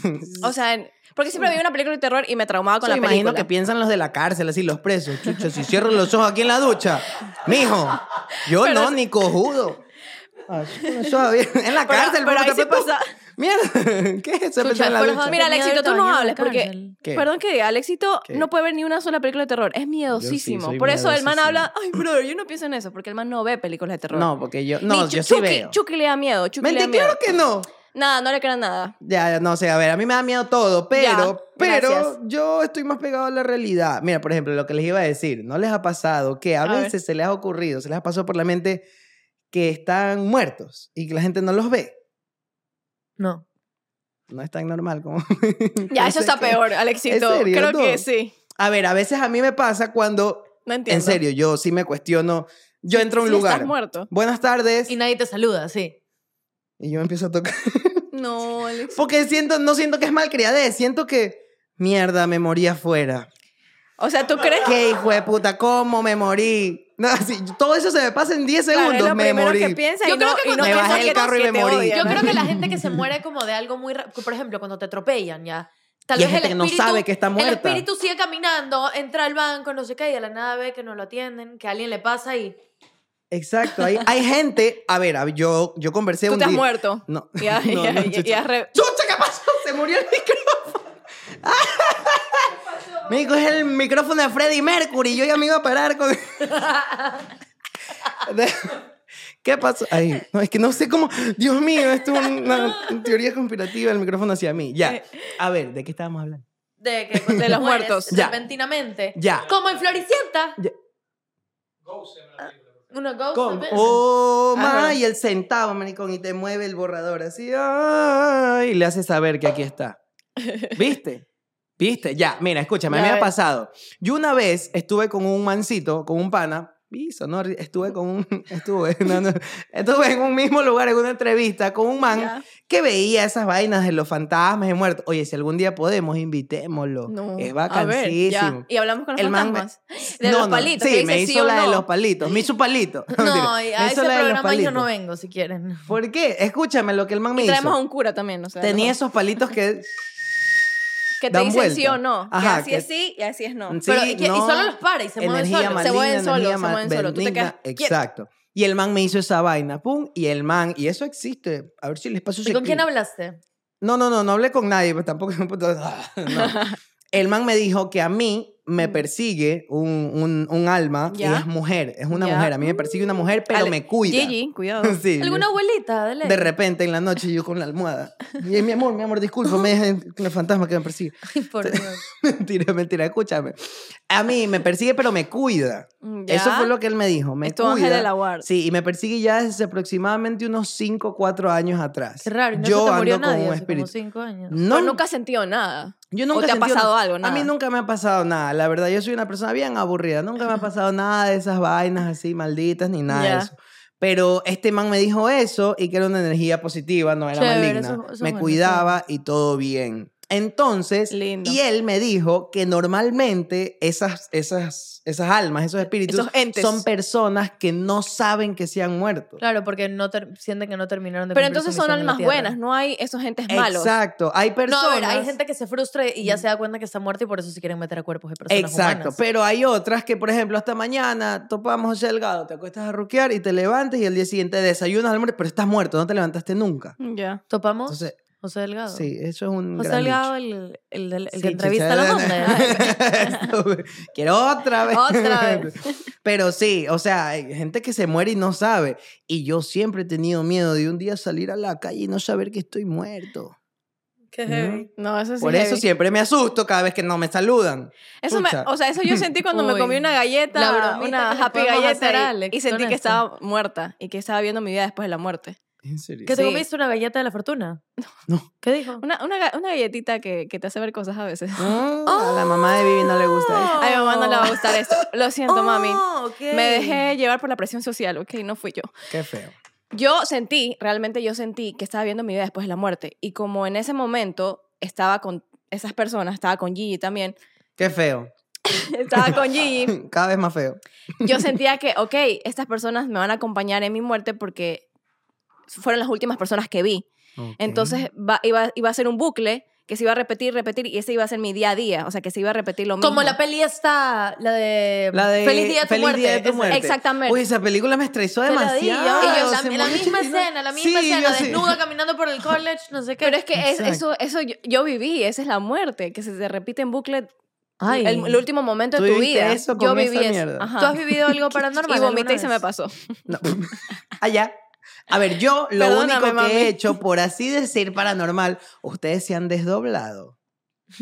O sea, en- porque siempre veía una película de terror y me traumaba con
Yo
la
imagino
película.
que piensan los de la cárcel, así los presos. Chucho, si cierro los ojos aquí en la ducha, mijo, yo no, ni cojudo. Ay, con los ojos abiertos. en la
Pero-
cárcel,
pero ahí
te
sí
puedes-
pasa-
Mierda, ¿qué es eso? de
Chucha,
pensar en la
por los
ducha?
ojos-
Mira,
Tenía
Alexito, tú
dos
no
años en la
hables porque.
cárcel.
¿Qué?
Perdón que diga, Alexito
¿Qué?
no puede ver ni una sola película de terror. Es miedosísimo.
soy
Por eso el man
miedosísimo.
habla. Ay, brother, yo no pienso en eso porque el man no ve películas de terror.
No, porque yo,
Ni
no,
Chu-
yo sí
Chucky-
veo.
Chucky le da miedo. Chucky le da
Mentí,
miedo.
claro que no.
Nada, no le crean nada.
Ya, no sé, a ver, a mí me da miedo todo, pero,
Ya, gracias.
pero yo estoy más pegado a la realidad. Mira, por ejemplo, lo que les iba a decir, ¿no les ha pasado que a,
A ver.
veces se les ha ocurrido, se les ha pasado por la mente que están muertos y que la gente no los ve?
No.
No es tan normal como...
Ya, eso
Entonces,
está
que-
peor, Alexito.
¿En serio?
Creo que
No.
sí.
A ver, a veces a mí me pasa cuando,
No entiendo.
en serio, yo sí me cuestiono, yo entro a un
Sí
lugar,
Estás muerto.
buenas tardes,
Y
y,
nadie te saluda, sí.
yo empiezo a tocar.
No, Alex.
Porque siento, no siento que es malcriadez, siento que, mierda, me morí afuera.
O sea, ¿tú crees?
¿Qué hijo de puta? ¿Cómo me morí? No, así, todo eso se me pasa en 10
Claro,
segundos.
es lo
me
primero
morí.
que piensa
Yo
y
creo
no,
que
y no
cuando
piensa
bajé el
que-
carro y
que
me
te
morí.
odian.
Yo creo que la gente que se muere como de algo muy... ra- Por ejemplo, cuando te atropellan, ya. Tal
y hay
vez el
gente que no
espíritu...
sabe que está
El
muerta.
espíritu sigue caminando, entra al banco, no sé qué, y a la nave que no lo atienden, que a alguien le pasa y...
Exacto. Hay, hay gente. A ver, a- yo, yo conversé
Tú
un
te has
día-
muerto.
No.
Ya,
no,
ya,
no,
ya,
chucha.
ya re-
¡Chucha, qué pasó! Se murió el micrófono. Me dijo, es el micrófono de Freddie Mercury. Yo ya me iba a parar con. De- ¿Qué pasó? Ay, no, es que no sé cómo. Dios mío, esto es una teoría conspirativa. El micrófono hacia mí. Ya. A ver, ¿de qué estábamos hablando?
De, que cuando
De
te
los
mueres
muertos.
Ya.
Repentinamente.
Ya.
Como en Floricienta.
Ya.
Uno ghost.
Con,
también.
oh,
Ah,
Ajá.
ma, y el centavo, maricón, y te mueve el borrador así, ay, y le hace saber que aquí está. ¿Viste? ¿Viste? Ya, mira, escúchame, a
Ya,
mí me
a
ha
ver.
pasado. Yo una vez estuve con un mancito, con un pana, y sonó ri- estuve con un, estuve, no, no, estuve en un mismo lugar, en una entrevista con un man
ya.
que veía esas vainas de los fantasmas de muertos. Oye, si algún día podemos, invitémoslo.
No.
Es
A ver, ya.
bacanísimo.
Y hablamos con los
El man-
fantasmas. De los palitos.
Sí,
que
me
dice
hizo
sí o
la de
no.
los palitos. Me hizo palito.
No,
Mentira,
y
me
a
hizo
ese
la de los
programa yo
palitos.
no vengo si quieren.
¿Por qué? Escúchame lo que el man me
Y
hizo.
traemos a un cura también, o sea,
Tenía
¿no?
esos palitos que...
que te
dan
dicen sí
vuelta.
o no.
Ajá,
que así
que-
es sí y así es no.
Sí,
Pero, y, que- y
no,
solo los para y se mueven
energía
solos.
mal- Se mueven
maligna,
solos,
energía
se
ma-
mueven solos. Tú te
benigna,
quedas quieto.
Exacto. Y el man me hizo esa vaina, pum, y el man, y eso existe. A ver si les paso
¿Y
ese
con quién
clip.
hablaste?
No, no, no, no hablé con nadie, pues tampoco. no. El man me dijo que a mí me persigue un, un, un alma y
Mm. Ya.
es mujer, es una
Ya.
mujer. A mí me persigue una mujer, pero
Ale-
me cuida.
Gigi, cuidado.
Sí, yo-
¿Alguna abuelita? Dale.
De repente en la noche yo con la almohada. Y mi amor, mi amor, disculpa, me dejen el fantasma que me persigue.
Ay, por Dios.
Mentira, mentira, escúchame. A mí me persigue, pero me cuida.
Mm, Ya.
Eso fue lo que él me dijo. Me
Es tu ángel
cuida.
de la guarda.
Sí, y me persigue ya desde aproximadamente unos 5 o 4 años atrás.
Qué raro. y No
yo
se te murió
ando
nadie
con un
hace como
espíritu.
cinco años.
No,
Pero nunca has sentido nada.
yo
¿O
nunca
te ha
sentí una-
pasado algo?
A mí
Nada.
nunca me ha pasado nada, la verdad. Yo soy una persona bien aburrida. Nunca me ha pasado nada de esas vainas así malditas ni nada
Ya.
de eso. Pero este man me dijo eso y que era una energía positiva, no era
Chévere,
maligna.
eso- eso es
me
bueno,
cuidaba y todo bien. Entonces,
Lindo.
y él me dijo que normalmente esas, esas, esas almas, esos espíritus,
Esos entes.
son personas que no saben que se han muerto.
Claro, porque no ter- sienten que no terminaron de
Pero
cumplir su
entonces son
misión en la
almas
Tierra.
buenas, no hay esos gentes malos.
Exacto. Hay
No,
personas.
a ver, hay gente que se frustra y ya se da cuenta que está muerta y por eso se quieren meter a cuerpos de personas
Exacto,
humanas.
pero hay otras que, por ejemplo, hasta mañana topamos José Delgado, te acuestas a ruquear y te levantas y el día siguiente desayunas al almuerzo, pero estás muerto, no te levantaste nunca.
Mm, Ya.
¿Topamos?
Entonces,
José Delgado.
sí, eso es un.
José
gran
Delgado,
dicho.
el, el, del-
Sí,
el que entrevista a
chucha,
la onda.
Quiero otra vez.
Otra vez.
Pero sí, o sea, hay gente que se muere y no sabe. Y yo siempre he tenido miedo de un día salir a la calle y no saber que estoy muerto.
Qué
heavy.
No, eso sí.
Por eso
heavy.
siempre me asusto cada vez que no me saludan.
Eso me-
Pucha.
o sea, eso yo sentí cuando me
Uy.
comí una galleta,
La bromita
una
que le
happy
podemos
galleta
hacer
y-
a Alex
y sentí
con
que
esto.
estaba muerta y que estaba viendo mi vida después de la muerte.
En serio.
¿Que te
Sí.
comiste una galleta de la fortuna?
No.
¿Qué dijo?
Una, una, ga- una galletita que, que te hace ver cosas a veces.
Mm, A
¡Oh!
la mamá de Vivi no le gusta eso.
A mi mamá no le va a gustar esto. Lo siento, mami.
Oh, ok.
Me dejé llevar por la presión social, ok, no fui yo.
Qué feo.
Yo sentí, realmente yo sentí que estaba viendo mi vida después de la muerte. Y como en ese momento estaba con esas personas, estaba con Gigi también,
Qué feo.
estaba con Gigi,
Cada vez más feo.
yo sentía que, ok, estas personas me van a acompañar en mi muerte porque fueron las últimas personas que vi. Entonces va- iba, iba a ser un bucle que se iba a repetir, repetir, y ese iba a ser mi día a día. O sea, que se iba a repetir lo mismo.
Como la peli esta, la de,
Mm, La de
Feliz Día de tu
Feliz
Muerte.
Día de tu
esa.
Muerte.
Exactamente.
Uy, esa película me estresó
Te la
demasiado.
di, yo- y yo,
Se
la, la
murió
misma
89.
escena, la misma
Sí, yo
escena,
sí.
desnuda caminando por el college, no sé qué.
Pero es que es-
Exacto.
eso, eso yo, yo viví, esa es la muerte, que se te repite en bucle
Ay.
el, el último momento
¿Tú
de tu
viviste
vida.
eso
yo
con
viví
esa
eso.
mierda?
Ajá.
¿Tú has vivido algo paranormal?
y
alguna
vomité y se me
vez?
pasó.
No. Allá. A ver, yo lo
Perdóname,
único que
mami.
he hecho, por así decir, paranormal, ustedes se han desdoblado.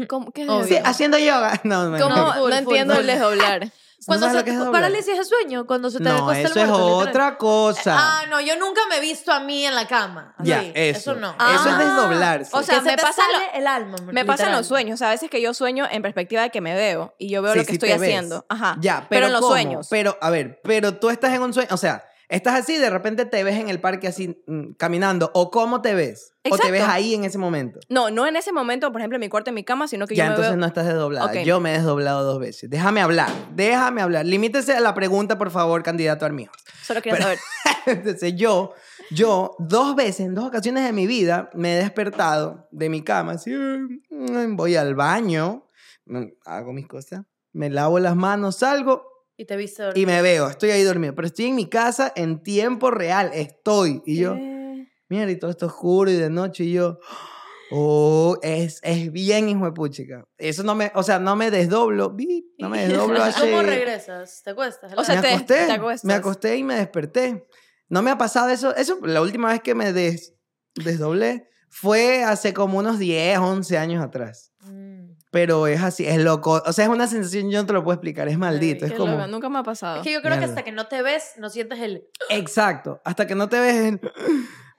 ¿Cómo, ¿Qué es
Obvio.
Sí,
eso?
haciendo yoga. No, no,
¿Cómo?
no.
No,
Full, full,
entiendo
full.
el desdoblar.
¿No
Cuando
sabes
se
lo que es doblar?
parálisis de sueño, cuando se te
No,
acuesta el
eso es
muerto, literal.
otra cosa.
Ah, no, yo nunca me he visto a mí en la cama. así,
ya,
eso.
eso.
no.
Eso es
Ah,
desdoblarse.
o sea,
Que se
me
te
pasa
sale el alma.
Me pasan
literal.
los sueños. O sea, a veces que yo sueño en perspectiva de que me veo y yo veo
Sí,
lo que
sí
estoy
te ves.
haciendo. Ajá.
Ya, pero,
Ah, pero en los
¿cómo?
sueños.
Pero, a ver, pero tú estás en un sueño, o sea, estás así, de repente te ves en el parque así mm, caminando, o cómo te ves, o te
Exacto.
ves ahí en ese momento.
No, no en ese momento, por ejemplo, en mi cuarto, en mi cama, sino que
ya,
yo me
entonces
veo.
no estás desdoblada.
Ok.
Yo me he desdoblado dos veces. Déjame hablar, déjame hablar. Limítese a la pregunta, por favor, candidato al mío.
Solo quería
pero-
saber.
Entonces yo, yo dos veces, en dos ocasiones de mi vida, me he despertado de mi cama, así, mm, voy al baño, mm, hago mis cosas, me lavo las manos, salgo
Y te viste dormir.
y me veo, estoy ahí dormido, pero estoy en mi casa en tiempo real, estoy. Y yo,
Eh,
mira, y todo esto oscuro y de noche, y yo, oh, es, es bien, hijo de puchica. Eso no me, o sea, no me desdoblo, bip, no me desdoblo
¿Y ¿Cómo
hace...
regresas? ¿Te acuestas?
O sea,
me
te-
acosté,
te
me
acuestas.
acosté y me desperté. No me ha pasado eso, eso, la última vez que me des, desdoblé fue hace como unos 10, 11 años atrás.
Mm.
Pero es así, es loco. O sea, es una sensación, yo no te lo puedo explicar, es maldito.
Ay,
es
qué
como...
loca, nunca me ha pasado.
Es que yo creo que
Mierda.
hasta que no te ves, no sientes el...
Exacto, hasta que no te ves en...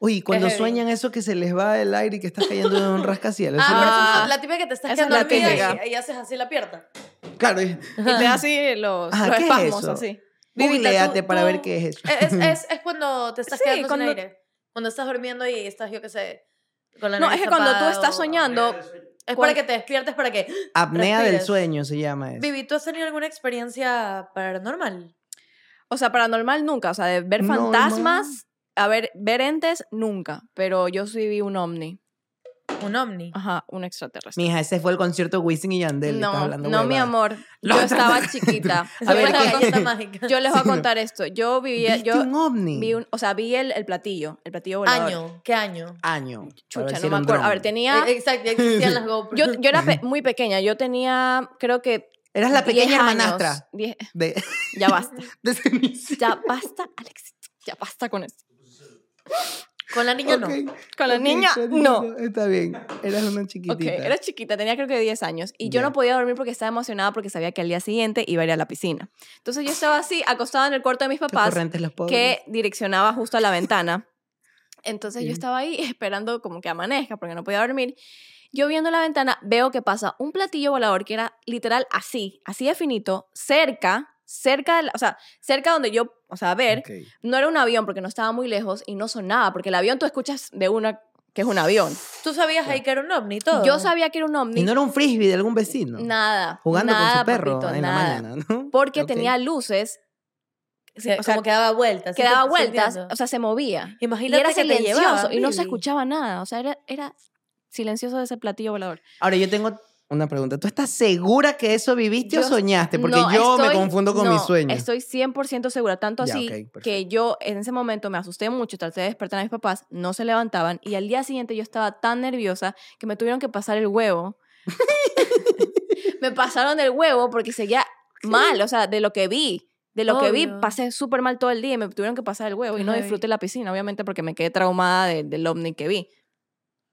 Uy, cuando
heavy.
sueñan eso que se les va el aire y que estás cayendo de un rascacielos. eso
Ah,
Ah,
pero esa es la típica que te estás
esa es
quedando
la
dormida
típica.
y, y haces así la pierna.
lo- claro, y-
Y te da así los,
Ajá,
los
Ah, ¿qué es
espasmos,
eso?
así.
Vivita,
googleate
tú-
para ver
tú-
qué es eso.
Es, es, es cuando te estás
Sí,
quedando
cuando-
sin aire. Cuando estás durmiendo y estás, yo qué sé, con la
No, es
nariz
que cuando tú
tapada
estás
o-
soñando,
Es para
cuando-
que te despiertes, para que...
Eh,
Apnea del
respiras.
sueño se llama eso.
Vivi, ¿tú has tenido alguna experiencia paranormal?
o sea, paranormal nunca. O sea, de ver
Normal.
fantasmas, a ver, ver entes nunca. Pero yo sí vi un ovni.
Un ovni.
Ajá, un extraterrestre.
Mija, ese fue el concierto de Wisin y Yandel. estás
no,
hablando
no, mi
huevadas.
amor.
Los
Yo estaba
extraterrestres.
chiquita.
A
A
ver,
ver,
¿qué-
galleta mágica.
Yo les voy a
Sí, no.
contar esto. Yo vivía,
¿Viste
yo
un ovni?
vi un, o sea, vi el, el platillo, el platillo volador.
¿Año? ¿Qué año?
año. para ver
Chucha,
si era
no me
un
acuerdo. A
dron.
ver, tenía.
Eh, Exacto, ya existían las GoPro.
Yo, yo era pe- muy pequeña, yo tenía, creo que.
Eras la
10
pequeña
años,
hermanastra
10
de,
ya basta.
de Cenicienta.
Ya basta, Alex. Ya basta con eso.
Con la niña
Ok,
no.
Con la
ok,
niña,
con la
no.
niña, Está bien. Eras una chiquitita.
Ok, era chiquita, tenía creo que 10 años. Y yo
Ya.
no podía dormir porque estaba emocionada porque sabía que al día siguiente iba a ir a la piscina. Entonces yo estaba así, acostada en el cuarto de mis
Qué
papás.
corrientes los pobres.
que direccionaba justo a la ventana. Entonces
Sí.
yo estaba ahí esperando como que amanezca porque no podía dormir. Yo viendo la ventana veo que pasa un platillo volador que era literal así, así de finito, cerca, cerca, de la- o sea, cerca donde yo, o sea, a ver,
Ok.
no era un avión porque no estaba muy lejos y no sonaba porque el avión tú escuchas de una que es un avión.
¿Tú sabías ahí que era un ovni y todo?
Yo sabía que era un ovni,
Y no era un frisbee de algún vecino.
nada,
Jugando
nada,
con su perro
papito,
en
nada.
la mañana, ¿no?
porque
Ok.
tenía luces,
Se-
o sea,
Eh, como que daba vueltas. ¿sí
que daba
te estoy
vueltas,
entendiendo?
o sea, se movía.
Imagínate
y era
que te
silencioso
llevaban,
y no se
Vivi.
escuchaba nada. O sea, era, era silencioso ese platillo volador.
Ahora, yo tengo una pregunta. ¿Tú estás segura que eso viviste o
Yo-
sonaste? Porque yo me confundo con
mi
mis sueños.
Estoy 100% segura, tanto
Ya,
así
ok, perfecto.
que yo en ese momento me asusté mucho, traté de despertar a mis papás, no se levantaban y al día siguiente yo estaba tan nerviosa que me tuvieron que pasar el huevo. me pasaron el huevo porque seguía mal, o sea, de lo que vi. De lo que vi,
Obvio.
pasé súper mal todo el día y me tuvieron que pasar el huevo y no
Ay.
disfruté la piscina, obviamente, porque me quedé traumada de- del ovni que vi.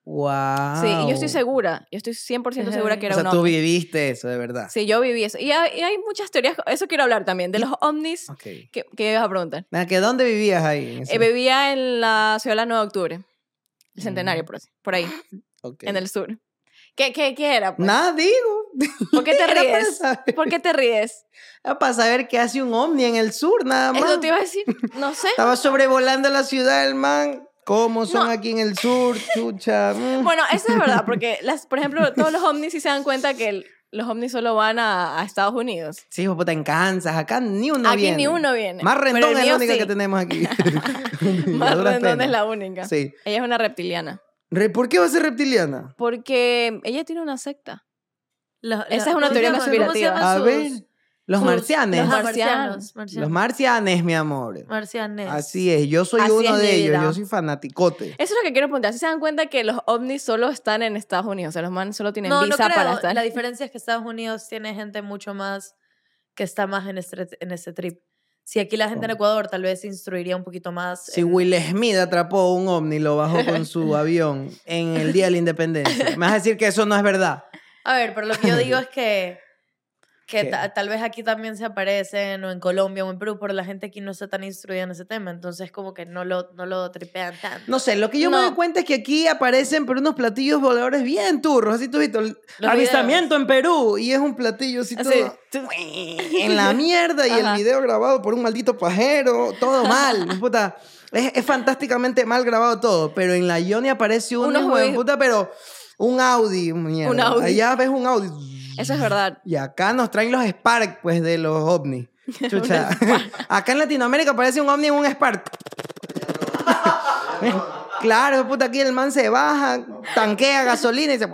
Wow.
Sí, y yo estoy segura, yo estoy 100% segura
Ajá.
que
O
era
sea,
un
tú
ovni.
viviste eso, de verdad.
Sí, yo viví eso. Y hay, y hay muchas teorías, eso quiero hablar también, de los ovnis
Ok.
que, que ibas a preguntar.
Nada, ¿Que ¿Dónde vivías ahí? en
Eh,
ese-
vivía en la ciudad de la 9 de octubre, el centenario, por, así- por ahí,
Mm. Ok.
en el sur. ¿Qué, qué, qué era? pues?
Nada, digo.
¿Por qué te
Era para
ríes?
saber-
¿Por qué te ríes?
era para saber qué hace un ovni en el sur, nada más.
Eso te iba a decir, no sé.
Estaba sobrevolando la ciudad, el man. ¿Cómo son
No.
aquí en el sur, chucha? mm.
Bueno, eso es verdad, porque, las, por ejemplo, todos los ovnis sí se dan cuenta que el- los ovnis solo van a, a Estados Unidos.
Sí, hijo de puta, en Kansas. Acá ni uno
aquí
viene.
ni uno viene.
Más
pero el
Rendón es la
mío
única
sí.
que tenemos aquí. A
Más
duras
Rendón
penas.
es la única.
Sí.
Ella es una reptiliana.
Re- ¿Por qué va a ser reptiliana?
Porque ella tiene una secta.
La-
Esa
la-
es una
¿cómo se
teoría
llama? ¿Cómo se
conspirativa.
llaman
A
sus-
ver. Los
sus-
marcianes.
Los
Los,
mar-
marcianos. Marcianos.
marcianes, mi amor.
Marcianes.
Así es. Yo soy
Así
uno
es mi
de ellos.
vida.
Yo soy fanaticote.
Eso es lo que quiero preguntar. Si se dan cuenta que los ovnis solo están en Estados Unidos, o sea, los manes solo tienen
No, no
visa
creo.
para estar.
La diferencia es que Estados Unidos tiene gente mucho más que está más en este, en este trip. Si aquí la gente en Ecuador tal vez se instruiría un poquito más.
Si
en-
Will Smith atrapó un ovni y lo bajó con su avión en el Día de la Independencia, me vas a decir que eso no es verdad.
A ver, pero lo que yo digo es que, que
¿Qué?
ta- tal vez aquí también se aparecen, o en Colombia o en Perú, pero la gente aquí no está tan instruida en ese tema, entonces como que no lo, no lo tripean tanto.
No sé, lo que yo me
No.
doy cuenta es que aquí aparecen pero unos platillos voladores bien turros, así tú visto, el
Los
avistamiento en Perú y es un platillo así
Así,
todo en la mierda y
Ajá.
el video grabado por un maldito pajero, todo mal, hijo puta. Es, es fantásticamente mal grabado todo, pero en la Ioni aparece un
Unos
hijo de
huevi-
puta, pero un Audi, mierda.
Un Audi.
Allá ves un Audi.
Eso es verdad.
Y acá nos traen los Spark, pues, de los ovnis. Chucha. acá en Latinoamérica aparece un ovni en un Spark. claro, puta, aquí el man se baja, tanquea gasolina y se...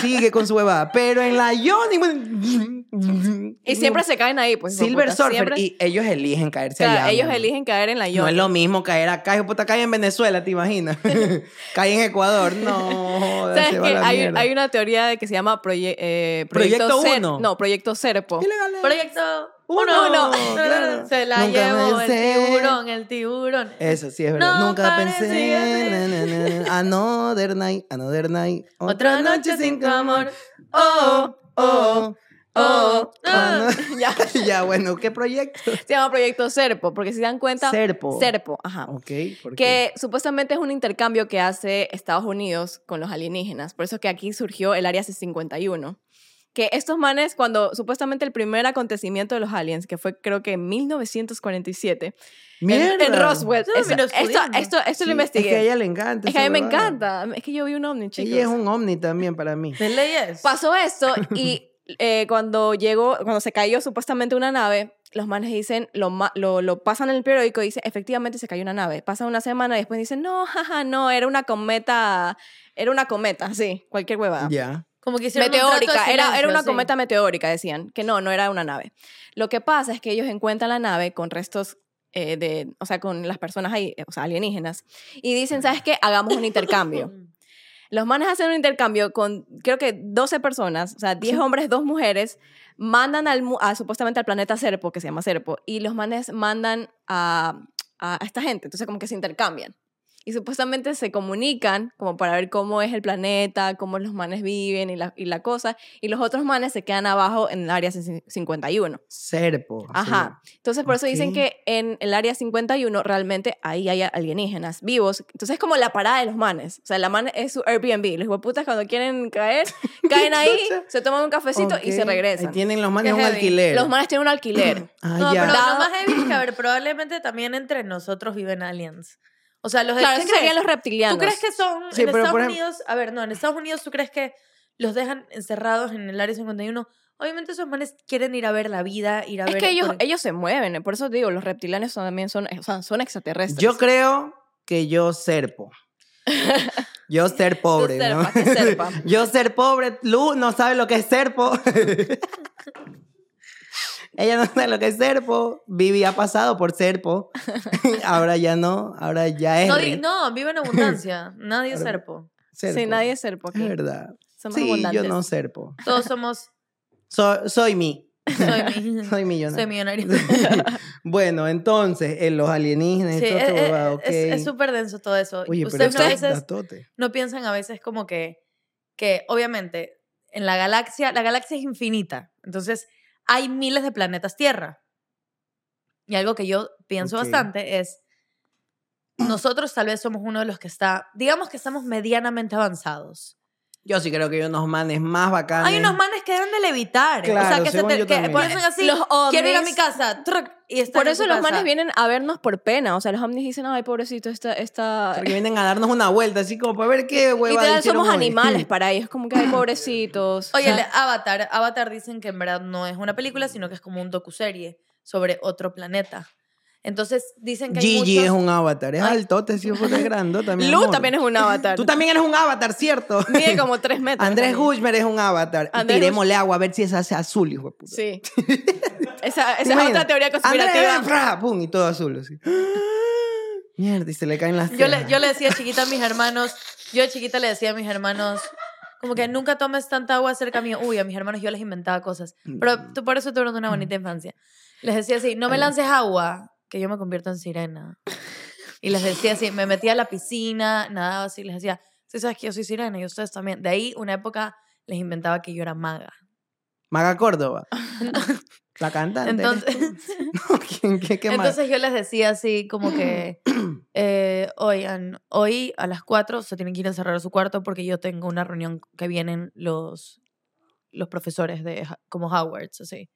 sigue con su huevada. Pero en la Johnny...
Y siempre se caen ahí, pues. hijo de
Silver
puta,
Surfer.
siempre-
Y ellos eligen caerse
Claro,
allá.
ellos
mano.
eligen caer en la yo.
No es lo mismo caer acá, hijo puta, cae en Venezuela, ¿te imaginas? cae en Ecuador, no. joda,
¿Sabes
se va
qué?
la
Hay,
mierda.
hay una teoría de que se llama proye- eh,
Proyecto
Cer-
Uno.
No, Proyecto Serpo.
¿Qué legal es?
Proyecto
Uno,
uno,
claro.
se la
Nunca
llevó el
pensé.
tiburón, el tiburón.
Eso sí es verdad.
No
Nunca
parecía
pensé.
ser.
na, na, na. Another night, another night.
Otra noche sin tu amor. Oh, oh,
Oh,
Ah, no.
ya.
ya, bueno, ¿qué proyecto?
Se llama Proyecto Serpo, porque si se dan cuenta.
Serpo.
Serpo, ajá.
Ok, ¿por qué?
Que supuestamente es un intercambio que hace Estados Unidos con los alienígenas. Por eso que aquí surgió el Área C-51. Que estos manes, cuando supuestamente el primer acontecimiento de los aliens, que fue creo que en 1947, en- en,
Mierda.
Roswell.
Eso
esa-
me lo
esto, esto,
jodimos.
esto,
Sí,
lo investigué.
Es que a ella le encanta.
Es que a
esa
mí me
huevada.
encanta. Es que yo vi un ovni, chicos.
Ella es un ovni también para mí.
¿De leyes?
Pasó esto y eh, cuando llegó, cuando se cayó supuestamente una nave, los manes dicen, lo, ma- lo, lo pasan en el periódico y dicen, efectivamente se cayó una nave. Pasa una semana y después dicen, no, jaja, no, era una cometa, era una cometa, sí, cualquier huevada.
Ya.
Como que hicieron un trato de
Meteórica, era, era
silencio,
una
sí.
cometa meteórica, decían, que no, no era una nave. Lo que pasa es que ellos encuentran la nave con restos eh, de, o sea, con las personas ahí, eh, o sea, alienígenas, y dicen, ¿sabes qué? Hagamos un intercambio. Los manes hacen un intercambio con, creo que 12 personas, o sea, 10 hombres, 2 mujeres, mandan al, mu- a, supuestamente al planeta Serpo, que se llama Serpo, y los manes mandan a, a, a esta gente, entonces como que se intercambian. Y supuestamente se comunican como para ver cómo es el planeta, cómo los manes viven y la, y la cosa, y los otros manes se quedan abajo en el área 51.
Serpo.
Ajá. Entonces, por eso dicen
Ok.
que en el área 51 realmente ahí hay alienígenas vivos. Entonces, es como la parada de los manes. O sea, la man es su Airbnb. Los hueputas cuando quieren caer, caen ahí,
Chucha.
se toman un cafecito y
Ok,
se
Ahí
regresan.
tienen los manes
Qué
un
heavy.
alquiler.
Los manes tienen un alquiler.
Ah,
No,
ya.
pero
Dado-
lo más heavy es que, a ver, probablemente también entre nosotros viven aliens. O sea, los
claro,
¿qué
esos
crees?
serían los reptilianos.
¿Tú crees que son
Sí,
en
pero
Estados
por ejem-
Unidos? A ver, no, en Estados Unidos tú crees que los dejan encerrados en el área 51. Obviamente esos manes quieren ir a ver la vida, ir a
Es
ver
que ellos,
por-
ellos se mueven. eh, Por eso te digo, los reptilianos son- también son, o sea, son extraterrestres.
Yo creo que yo serpo. Yo ser pobre,
serpa,
¿no?
que serpa.
Yo ser pobre, Lu no sabe lo que es serpo. Ella no sabe lo que es serpo. Vivi ha pasado por serpo. Ahora ya no, ahora ya es.
no, di-
re-
no, viven en abundancia. Nadie es serpo.
serpo.
Sí, nadie es serpo
Es
aquí.
verdad.
Somos
Sí, yo
abundantes.
no serpo.
Todos somos.
So- soy mi.
Soy, mi-
Soy millonario.
Mm, soy millonario.
bueno, entonces, en los alienígenas y
Sí,
todo,
es-
todo
es-
va, ok.
es- es súper denso todo eso.
Oye, pero
Ustedes no, a
eso es
veces
datote.
no piensan a veces como que, que obviamente en la galaxia, la galaxia es infinita. Entonces hay miles de planetas Tierra. Y algo que yo pienso
Ok.
bastante es, nosotros tal vez somos uno de los que está, digamos que estamos medianamente avanzados.
Yo sí creo que hay unos manes más bacanes.
Hay unos manes que deben de levitar. eh, o
Claro,
sea, que, se
según
te-
yo
que
también.
piensan así,
Los
quiero ir a
ovnis-
mi casa. truc, y están
Por
en
eso
su
los
casa.
manes vienen a vernos por pena. O sea, los ovnis dicen, ay, pobrecito, esta, esta,
Porque vienen a darnos una vuelta, así como para ver qué hueva.
Literal, somos animales para ellos, como que hay pobrecitos.
Oye, el Avatar, Avatar dicen que en verdad no es una película, sino que es como un docuserie sobre otro planeta. Entonces dicen que hay
Gigi
muchos...
es un avatar. Es
Ay.
altote, sí, fue grande también.
Lu también es un avatar.
Tú también eres un avatar, ¿cierto?
Mide como tres metros.
Andrés
también.
Guzmán es un avatar.
Andrés
Tirémosle agua a ver si esa hace azul, hijo de puta.
Sí. Esa, esa
¿Te
es
imaginas?
otra teoría conspirativa.
Andrés, fra, pum, y todo azul, así. Mierda, y se le caen las
Yo le,
cejas.
yo le decía chiquita a mis hermanos, yo de chiquita le decía a mis hermanos, como que nunca
Mm.
tomes tanta agua cerca mío. Uy, a mis hermanos yo les inventaba cosas. Pero tú por eso tuvieron una bonita infancia. Les decía así, no me lances agua, que yo me convierto en sirena. Y les decía así, me metía a la piscina, nadaba así, les decía, sí, sabes que yo soy sirena y ustedes también. De ahí, una época, les inventaba que yo era maga.
Maga Córdoba. La cantante.
Entonces,
¿Quién- ¿Qué, qué más?
entonces yo les decía así como que, eh, oigan, hoy a las 4 se tienen que ir a encerrar a su cuarto porque yo tengo una reunión que vienen los, los profesores de Ha- como Howards, así.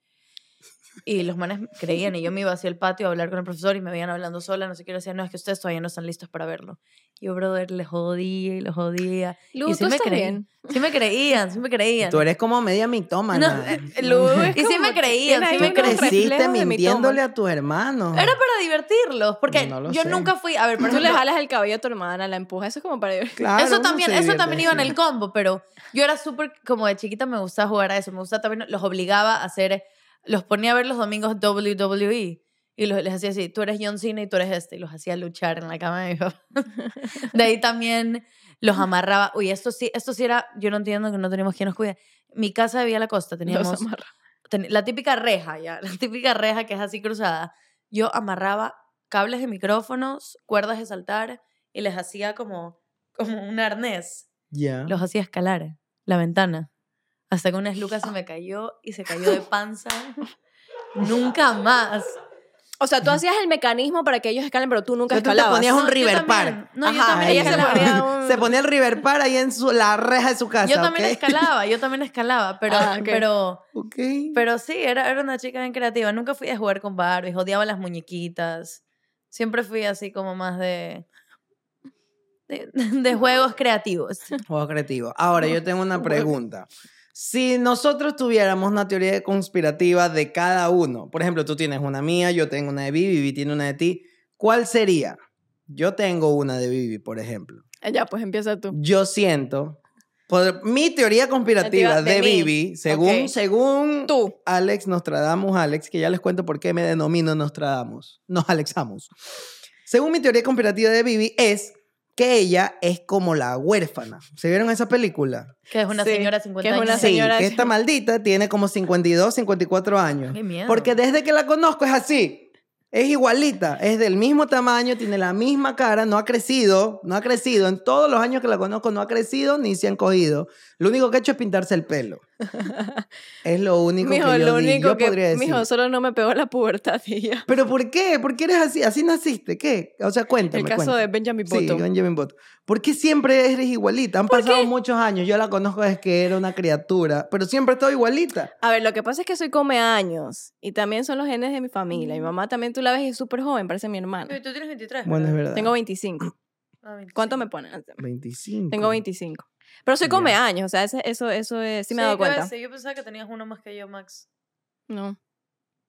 Y los manes creían y yo me iba hacia el patio a hablar con el profesor y me veían hablando sola, no sé qué, y decían, no, es que ustedes todavía no están listos para verlo. Yo, brother, les jodía y los jodía.
Lu,
Y sí
tú
me
estás
creí.
bien.
Sí me creían, sí me creían.
Tú eres como media
No,
mitómana.
eh, Lu,
Es
y sí
como
me
que
creían,
tiene
sí me
ahí
Tú
unos
creían.
creciste
reflejos de
mintiéndole
mitómana.
a tus hermanos.
Era para divertirlos, porque
No lo
yo
sé.
nunca fui, a ver, por
Tú le
ejemplo,
jalas el cabello a tu hermana, la empujas, eso es como para...
Claro,
eso
uno
también,
se
eso
divierte
también iba en
así.
el combo, pero yo era súper, como de chiquita me gustaba jugar a eso, me gustaba también, los obligaba a hacer, los ponía a ver los domingos WWE y los, les hacía así, tú eres John Cena y tú eres este, y los hacía luchar en la cama de mi papá. De ahí también los amarraba, uy, esto sí, esto sí era, yo no entiendo que no teníamos quien nos cuide. Mi casa de Vía la Costa, teníamos
Los amarra.
ten- la típica reja, ya, la típica reja que es así cruzada. Yo amarraba cables de micrófonos, cuerdas de saltar y les hacía como, como un arnés.
Ah.
Ya.
Los hacía escalar la ventana. Hasta que una esluca se me cayó y se cayó de panza. Nunca más.
O sea, tú hacías el mecanismo para que ellos escalen, pero tú nunca
O sea, tú te
escalabas.
ponías un
No, yo
River
también.
Par.
No, yo
Ajá,
también
ella se
escalaba.
ponía,
un-
se ponía el River Par ahí en su, la reja de su casa.
Yo también
¿ok?
escalaba, yo también escalaba, pero,
Ah, ok.
pero,
Ok.
pero sí, era, era una chica bien creativa. Nunca fui a jugar con Barbies, odiaba las muñequitas. Siempre fui así como más de... De, de juegos creativos.
Juego creativo. Ahora, yo tengo una pregunta. Si nosotros tuviéramos una teoría conspirativa de cada uno, por ejemplo, tú tienes una mía, yo tengo una de Vivi, Vivi tiene una de ti, ¿cuál sería? Yo tengo una de Vivi, por ejemplo.
Ya, pues empieza tú.
Yo siento, por mi teoría conspirativa
Conspirativa de
de,
mí.
Vivi, según,
Ok.
según
Tú.
Alex Nostradamus, Alex, que ya les cuento por qué me denomino Nostradamus, no Alexamus. Según mi teoría conspirativa de Vivi, es que ella es como la huérfana. ¿Se vieron esa película?
Que es una
Sí,
señora de 50
que es
años.
una
sí,
señora-
que esta maldita tiene como 52, 54 años.
Qué miedo.
Porque desde que la conozco es así. Es igualita, es del mismo tamaño, tiene la misma cara, no ha crecido, no ha crecido. En todos los años que la conozco no ha crecido ni se han cogido. Lo único que ha hecho es pintarse el pelo. Es lo único
Mijo,
que yo,
lo
di-
único
yo
que...
podría decir.
Mijo, solo no me pegó la pubertad y ya.
¿Pero por qué? ¿Por qué eres así? ¿Así naciste? ¿Qué? O sea, cuéntame.
El caso
cuéntame.
de Benjamin
Sí,
Button.
Benjamin Button. ¿Por qué siempre eres igualita? Han pasado muchos años. Yo la conozco desde que era una criatura, pero siempre he estado igualita.
A ver, lo que pasa es que soy come años y también son los genes de mi familia.
Mm.
Mi mamá también tú la ves y es súper joven, parece mi hermana.
Uy, Tú tienes 23.
Bueno, es
¿verdad?
verdad.
Tengo 25.
Ah, 25.
¿Cuánto me ponen?
25.
Tengo 25. Pero soy come
Ya.
años, o sea, ese- eso, eso es, sí me he
Sí,
dado
¿qué
cuenta.
ves? Yo pensaba que tenías uno más que yo, Max.
No.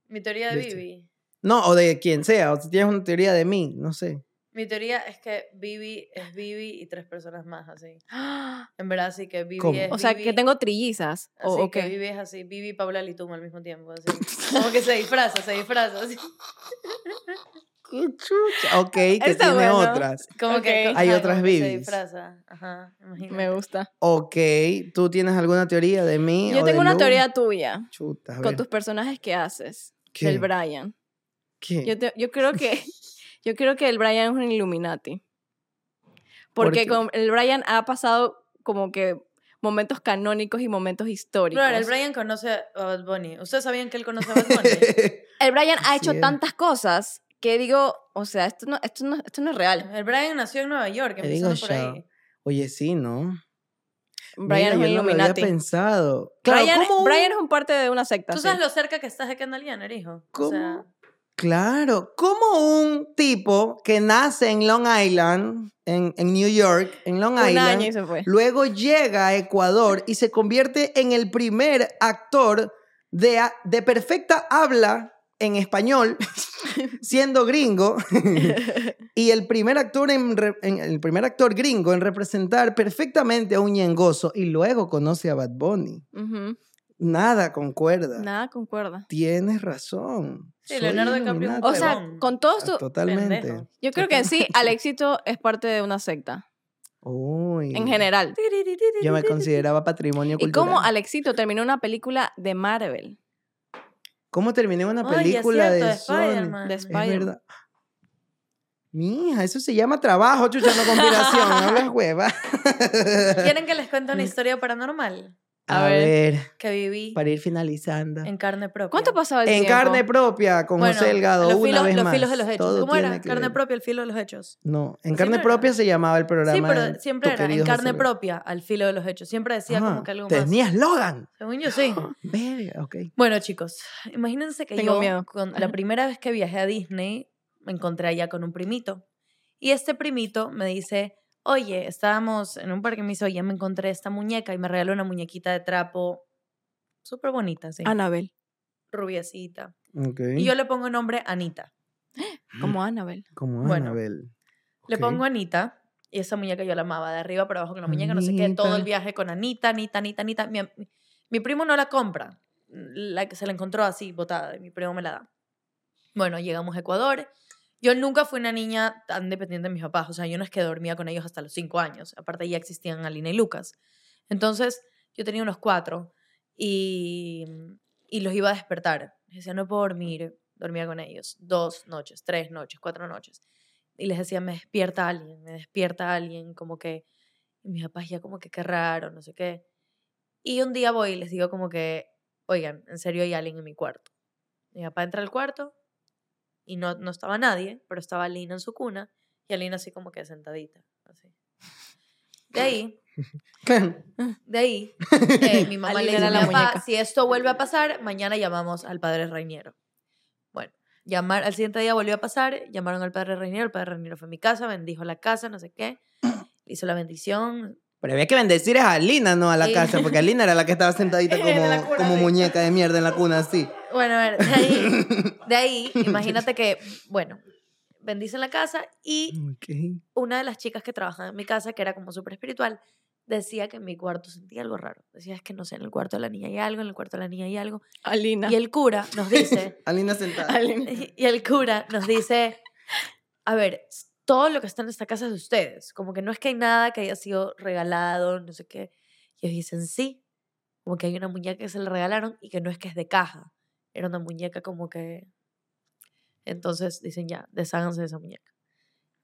Mi teoría de
¿Viste?
Vivi.
No, o de quien sea. O si tienes una teoría de mí, no sé.
Mi teoría es que Vivi es Vivi y tres personas más, así.
¡Ah!
En verdad, sí que Vivi
¿Cómo?
es
O sea,
Vivi,
que tengo trillizas.
Así
O, o
que
qué.
Vivi es así, Vivi y Paula Litum al mismo tiempo, así. Como que se disfraza, se disfraza, así.
Qué chucha. Ok, que
Está
tiene
bueno.
otras.
Como que...
Ok.
ajá,
Hay
como
otras
que Se
Vivis.
disfraza, ajá, imagínate.
Me gusta.
Ok, ¿tú tienes alguna teoría de mí? o
Yo
de
tengo una
Lu?
teoría tuya
Chuta, a
con
ver.
tus personajes que haces.
¿Qué?
El Brian.
¿Qué?
Yo, te- yo creo que yo creo que el Brian es un Illuminati.
¿Por
Porque
qué?
con el Brian ha pasado como que momentos canónicos y momentos históricos.
Brother, el Brian conoce a Bad Bunny. ¿Ustedes sabían que él conoce a Bad Bunny?
El Brian ha hecho
Sí.
tantas cosas que digo, o sea, esto no, esto no, esto no es real.
El Brian nació en Nueva York,
Te digo
empezando por
ya.
ahí.
Oye, sí, ¿no? Mira,
Brian
yo no
es un
lo había
Illuminati.
pensado. Claro,
Brian,
¿cómo un-
Brian es un parte de una secta.
Tú
sí.
sabes lo cerca que estás de Kendall Jenner, hijo. O sea,
¿Cómo? Claro, como un tipo que nace en Long Island, en, en New York, en Long
Un
Island,
año y se fue.
luego llega a Ecuador y se convierte en el primer actor de, a- de perfecta habla en español, siendo gringo, y el primer, actor en re- en- el primer actor gringo en representar perfectamente a un ñengoso, y luego conoce a Bad Bunny.
Ujú.
Nada concuerda.
Nada concuerda.
Tienes razón.
Sí, Leonardo DiCaprio es un
iluminati.
O sea,
Huevón.
con todo esto,
Totalmente.
pendejo.
yo creo que en sí al éxito es parte de una secta,
Uy.
en general.
Yo me consideraba patrimonio
Y
cultural.
como Alexito terminó una película de Marvel.
¿Cómo terminé una
Ay, es
película de
cierto, de Spider-Man.
Sony?
De
Es
Es
Spider-Man.
verdad. Mija, eso se llama trabajo, chucha, no combinación. Hablas hueva.
¿Quieren que les cuente una historia paranormal
A,
A ver.
ver,
que viví
para ir finalizando. En,
en carne propia?
¿Cuánto pasaba el tiempo?
carne propia, con
Bueno,
José Delgado,
los
una
filos,
vez
los
más.
filos de los hechos.
Todo
¿Cómo era?
tiene que
Carne
ver.
propia, el filo de los hechos.
No, en
Sí,
carne
no era.
propia se llamaba el programa.
Sí,
de
pero siempre
tu
era en
querido José
carne
Delgado.
propia, al filo de los hechos. Siempre decía como
Ajá,
que algo más.
Tenía eslogan.
Según yo, sí.
Verga, ok.
Bueno, chicos, imagínense que
Tengo
yo,
miedo.
con- la primera vez que viajé a Disney, me encontré allá con un primito. Y este primito me dice, oye, estábamos en un parque, y me dice, oye, me encontré esta muñeca y me regaló una muñequita de trapo súper bonita, sí,
Anabel.
rubiecita.
Ah, Ok.
Y yo le pongo nombre Anita.
Mm.
Como Anabel.
Como
Bueno.
Annabelle.
Le
Ok.
pongo Anita y esa muñeca yo la amaba de arriba para abajo con la muñeca, no sé qué, todo el
Anita.
viaje con Anita, Anita, Anita, Anita. Mi, am- mi primo no la compra, mm, la que se la encontró así botada y mi primo me la da. Bueno, llegamos a Ecuador. Yo nunca fui una niña tan dependiente de mis papás, o sea, yo no es que dormía con ellos hasta los cinco años, aparte ya existían Alina y Lucas. Entonces, yo tenía unos cuatro y, y los iba a despertar. Les decía, no puedo dormir, dormía con ellos. Dos noches, tres noches, cuatro noches. Y les decía, me despierta alguien, me despierta alguien, como que y mis papás ya como que qué raro, no sé qué. Y un día voy y les digo como que, oigan, en serio hay alguien en mi cuarto. Mi papá entra al cuarto y no, no estaba nadie, pero estaba Alina en su cuna y Alina así como que sentadita, así. De ahí de ahí, eh, mi mamá le
Alina
dice
era
a mi
la
papá,
muñeca.
si esto vuelve a pasar, mañana llamamos al padre Reiniero. Bueno, llamar, al siguiente día volvió a pasar, llamaron al padre Reiniero, el padre Reiniero fue a mi casa, bendijo la casa, no sé qué, hizo la bendición.
Pero había que bendecir es a Alina, no a la
Sí.
casa, porque Alina era la que estaba sentadita
En la
como,
cuna,
como
sí.
muñeca de mierda en la cuna, así.
Bueno, a ver, de ahí, de ahí, imagínate que, bueno, bendicen la casa y
Ok.
una de las chicas que trabajaba en mi casa, que era como súper espiritual, decía que en mi cuarto sentía algo raro. Decía, es que no sé, en el cuarto de la niña hay algo, en el cuarto de la niña hay algo.
Alina.
Y el cura nos dice...
Alina sentada.
Alina.
Y y el cura nos dice, a ver, s- todo lo que está en esta casa es de ustedes, como que no es que hay nada que haya sido regalado, no sé qué. Y ellos dicen, sí, como que hay una muñeca que se le regalaron y que no es que es de caja, era una muñeca como que... Entonces dicen, ya, desháganse de esa muñeca.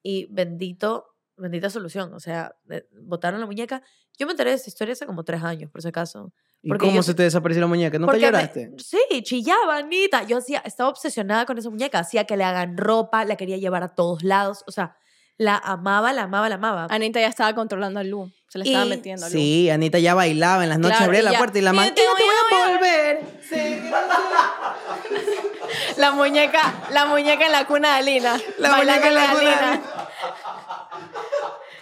Y bendito, bendita solución, o sea, de- botaron la muñeca. Yo me enteré de esta historia hace como tres años, por si acaso.
¿Y
porque
cómo
yo
se
sé-
te desapareció la muñeca? ¿No te
Porque me-
lloraste?
sí, chillaba, Anita. Yo hacía, estaba obsesionada con esa muñeca. Hacía que le hagan ropa, la quería llevar a todos lados. O sea, la amaba, la amaba, la amaba.
Anita ya estaba controlando a Lu. Se le estaba
Y-
metiendo a Lu.
Sí, Anita ya bailaba en las noches,
Claro,
abría
y
la
ya-
puerta y la
Yo
mano.
te
"Tina,
voy a
volver! Sí.
La muñeca, la muñeca en la cuna de Alina.
La muñeca
Bailando
en la
de
cuna de
Alina.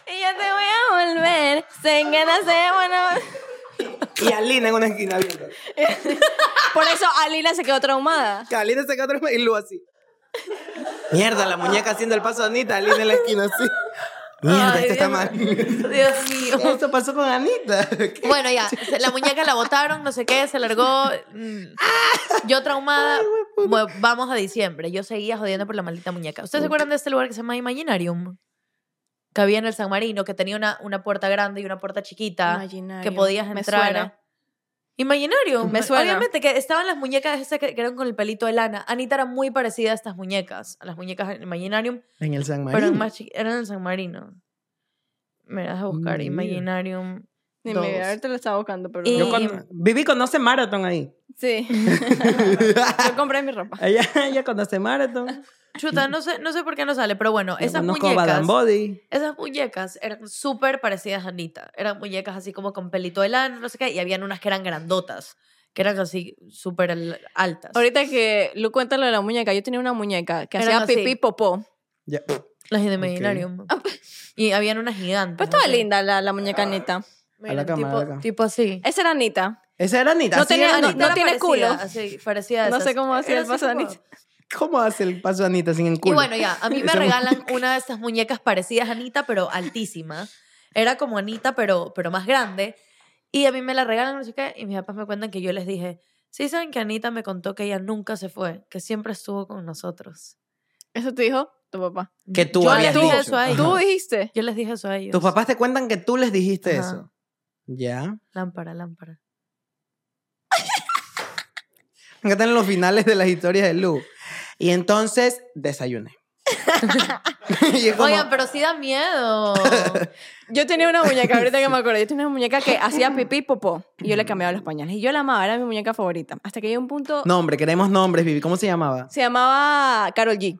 Y yo te voy a volver. Sin ganas de bueno.
Y Alina en una esquina viendo.
Por eso Alina se quedó traumada.
Que Alina saca otro y Lu así. Mierda, la muñeca haciendo el paso de Anita, Alina en la esquina así. Mierda,
Ay,
esto está
Dios-
mal.
Dios mío.
Esto pasó con Anita.
Bueno, ya, se- la muñeca la botaron, no sé qué, se largó. mm. Yo traumada,
pues.
bueno, vamos a diciembre. Yo seguía jodiendo por la maldita muñeca. ¿Ustedes se acuerdan de este lugar que se llama Imaginarium? Que había en el San Marino, que tenía una, una puerta grande y una puerta chiquita. que podías entrar. a- Imaginario.
¿eh? Me suena.
Obviamente que estaban las muñecas esas que, que eran con el pelito de lana. Anita era muy parecida a estas muñecas, a las muñecas en Imaginarium,
En el San
pero
Marino.
eran, más chiqui- eran en San Marino. Me vas a buscar
Mira.
Imaginarium.
Ni
dos.
me ahorita lo estaba buscando, pero.
Y-
Yo
no.
cuando- Vivi conoce Marathon ahí.
Sí. Yo compré mi ropa.
ella, ella conoce Marathon.
Chuta, no sé, no sé por qué no sale, pero bueno,
Yo
esas
conozco
muñecas.
Bad and Body.
Esas muñecas eran súper parecidas a Anita. Eran muñecas así como con pelito de lana, no sé qué, y habían unas que eran grandotas, que eran así súper al- altas.
Ahorita que Lu cuenta lo de la muñeca, yo tenía una muñeca que
Eran
hacía
así.
pipí y popó.
Ya.
Las de Imaginarium. Y habían unas gigantes.
Pues estaba
así.
linda la, la
Ah.
muñeca Anita.
A la
Miren,
cámara,
tipo,
a la cámara.
tipo así.
Esa era Anita.
Esa era Anita.
No
así
tenía-
era
no-
Anita.
no- tiene
parecida,
culo.
Así, parecida a
No
esas.
sé cómo hacía
Era
el paso
así
de
como-
¿Cómo hace el paso de Anita sin el culo?
Y bueno, ya, a mí me
Esa mu-
regalan una de estas muñecas parecidas a Anita, pero altísima. Era como Anita, pero, pero más grande. Y a mí me la regalan, no sé qué, y mis papás me cuentan que yo les dije, sí saben que Anita me contó que ella nunca se fue, que siempre estuvo con nosotros.
Eso te dijo tu papá.
que tú
yo
habías
les dije
dicho.
eso a
Ajá.
ellos.
Tú dijiste.
Yo les dije eso a ellos.
Tus papás te cuentan que tú les dijiste
Ajá.
eso. Ya.
Lámpara, lámpara.
Me encantan los finales de las historias de Lu. Y entonces desayuné. Y es como-
Oigan, pero sí da miedo.
Yo tenía una muñeca, ahorita que me acuerdo, yo tenía una muñeca que hacía pipí y popó. Y yo le cambiaba los pañales. Y yo la amaba, era mi muñeca favorita. Hasta que llegó un punto.
Nombre, queremos nombres, Vivi. ¿Cómo se llamaba?
Se llamaba Carol G.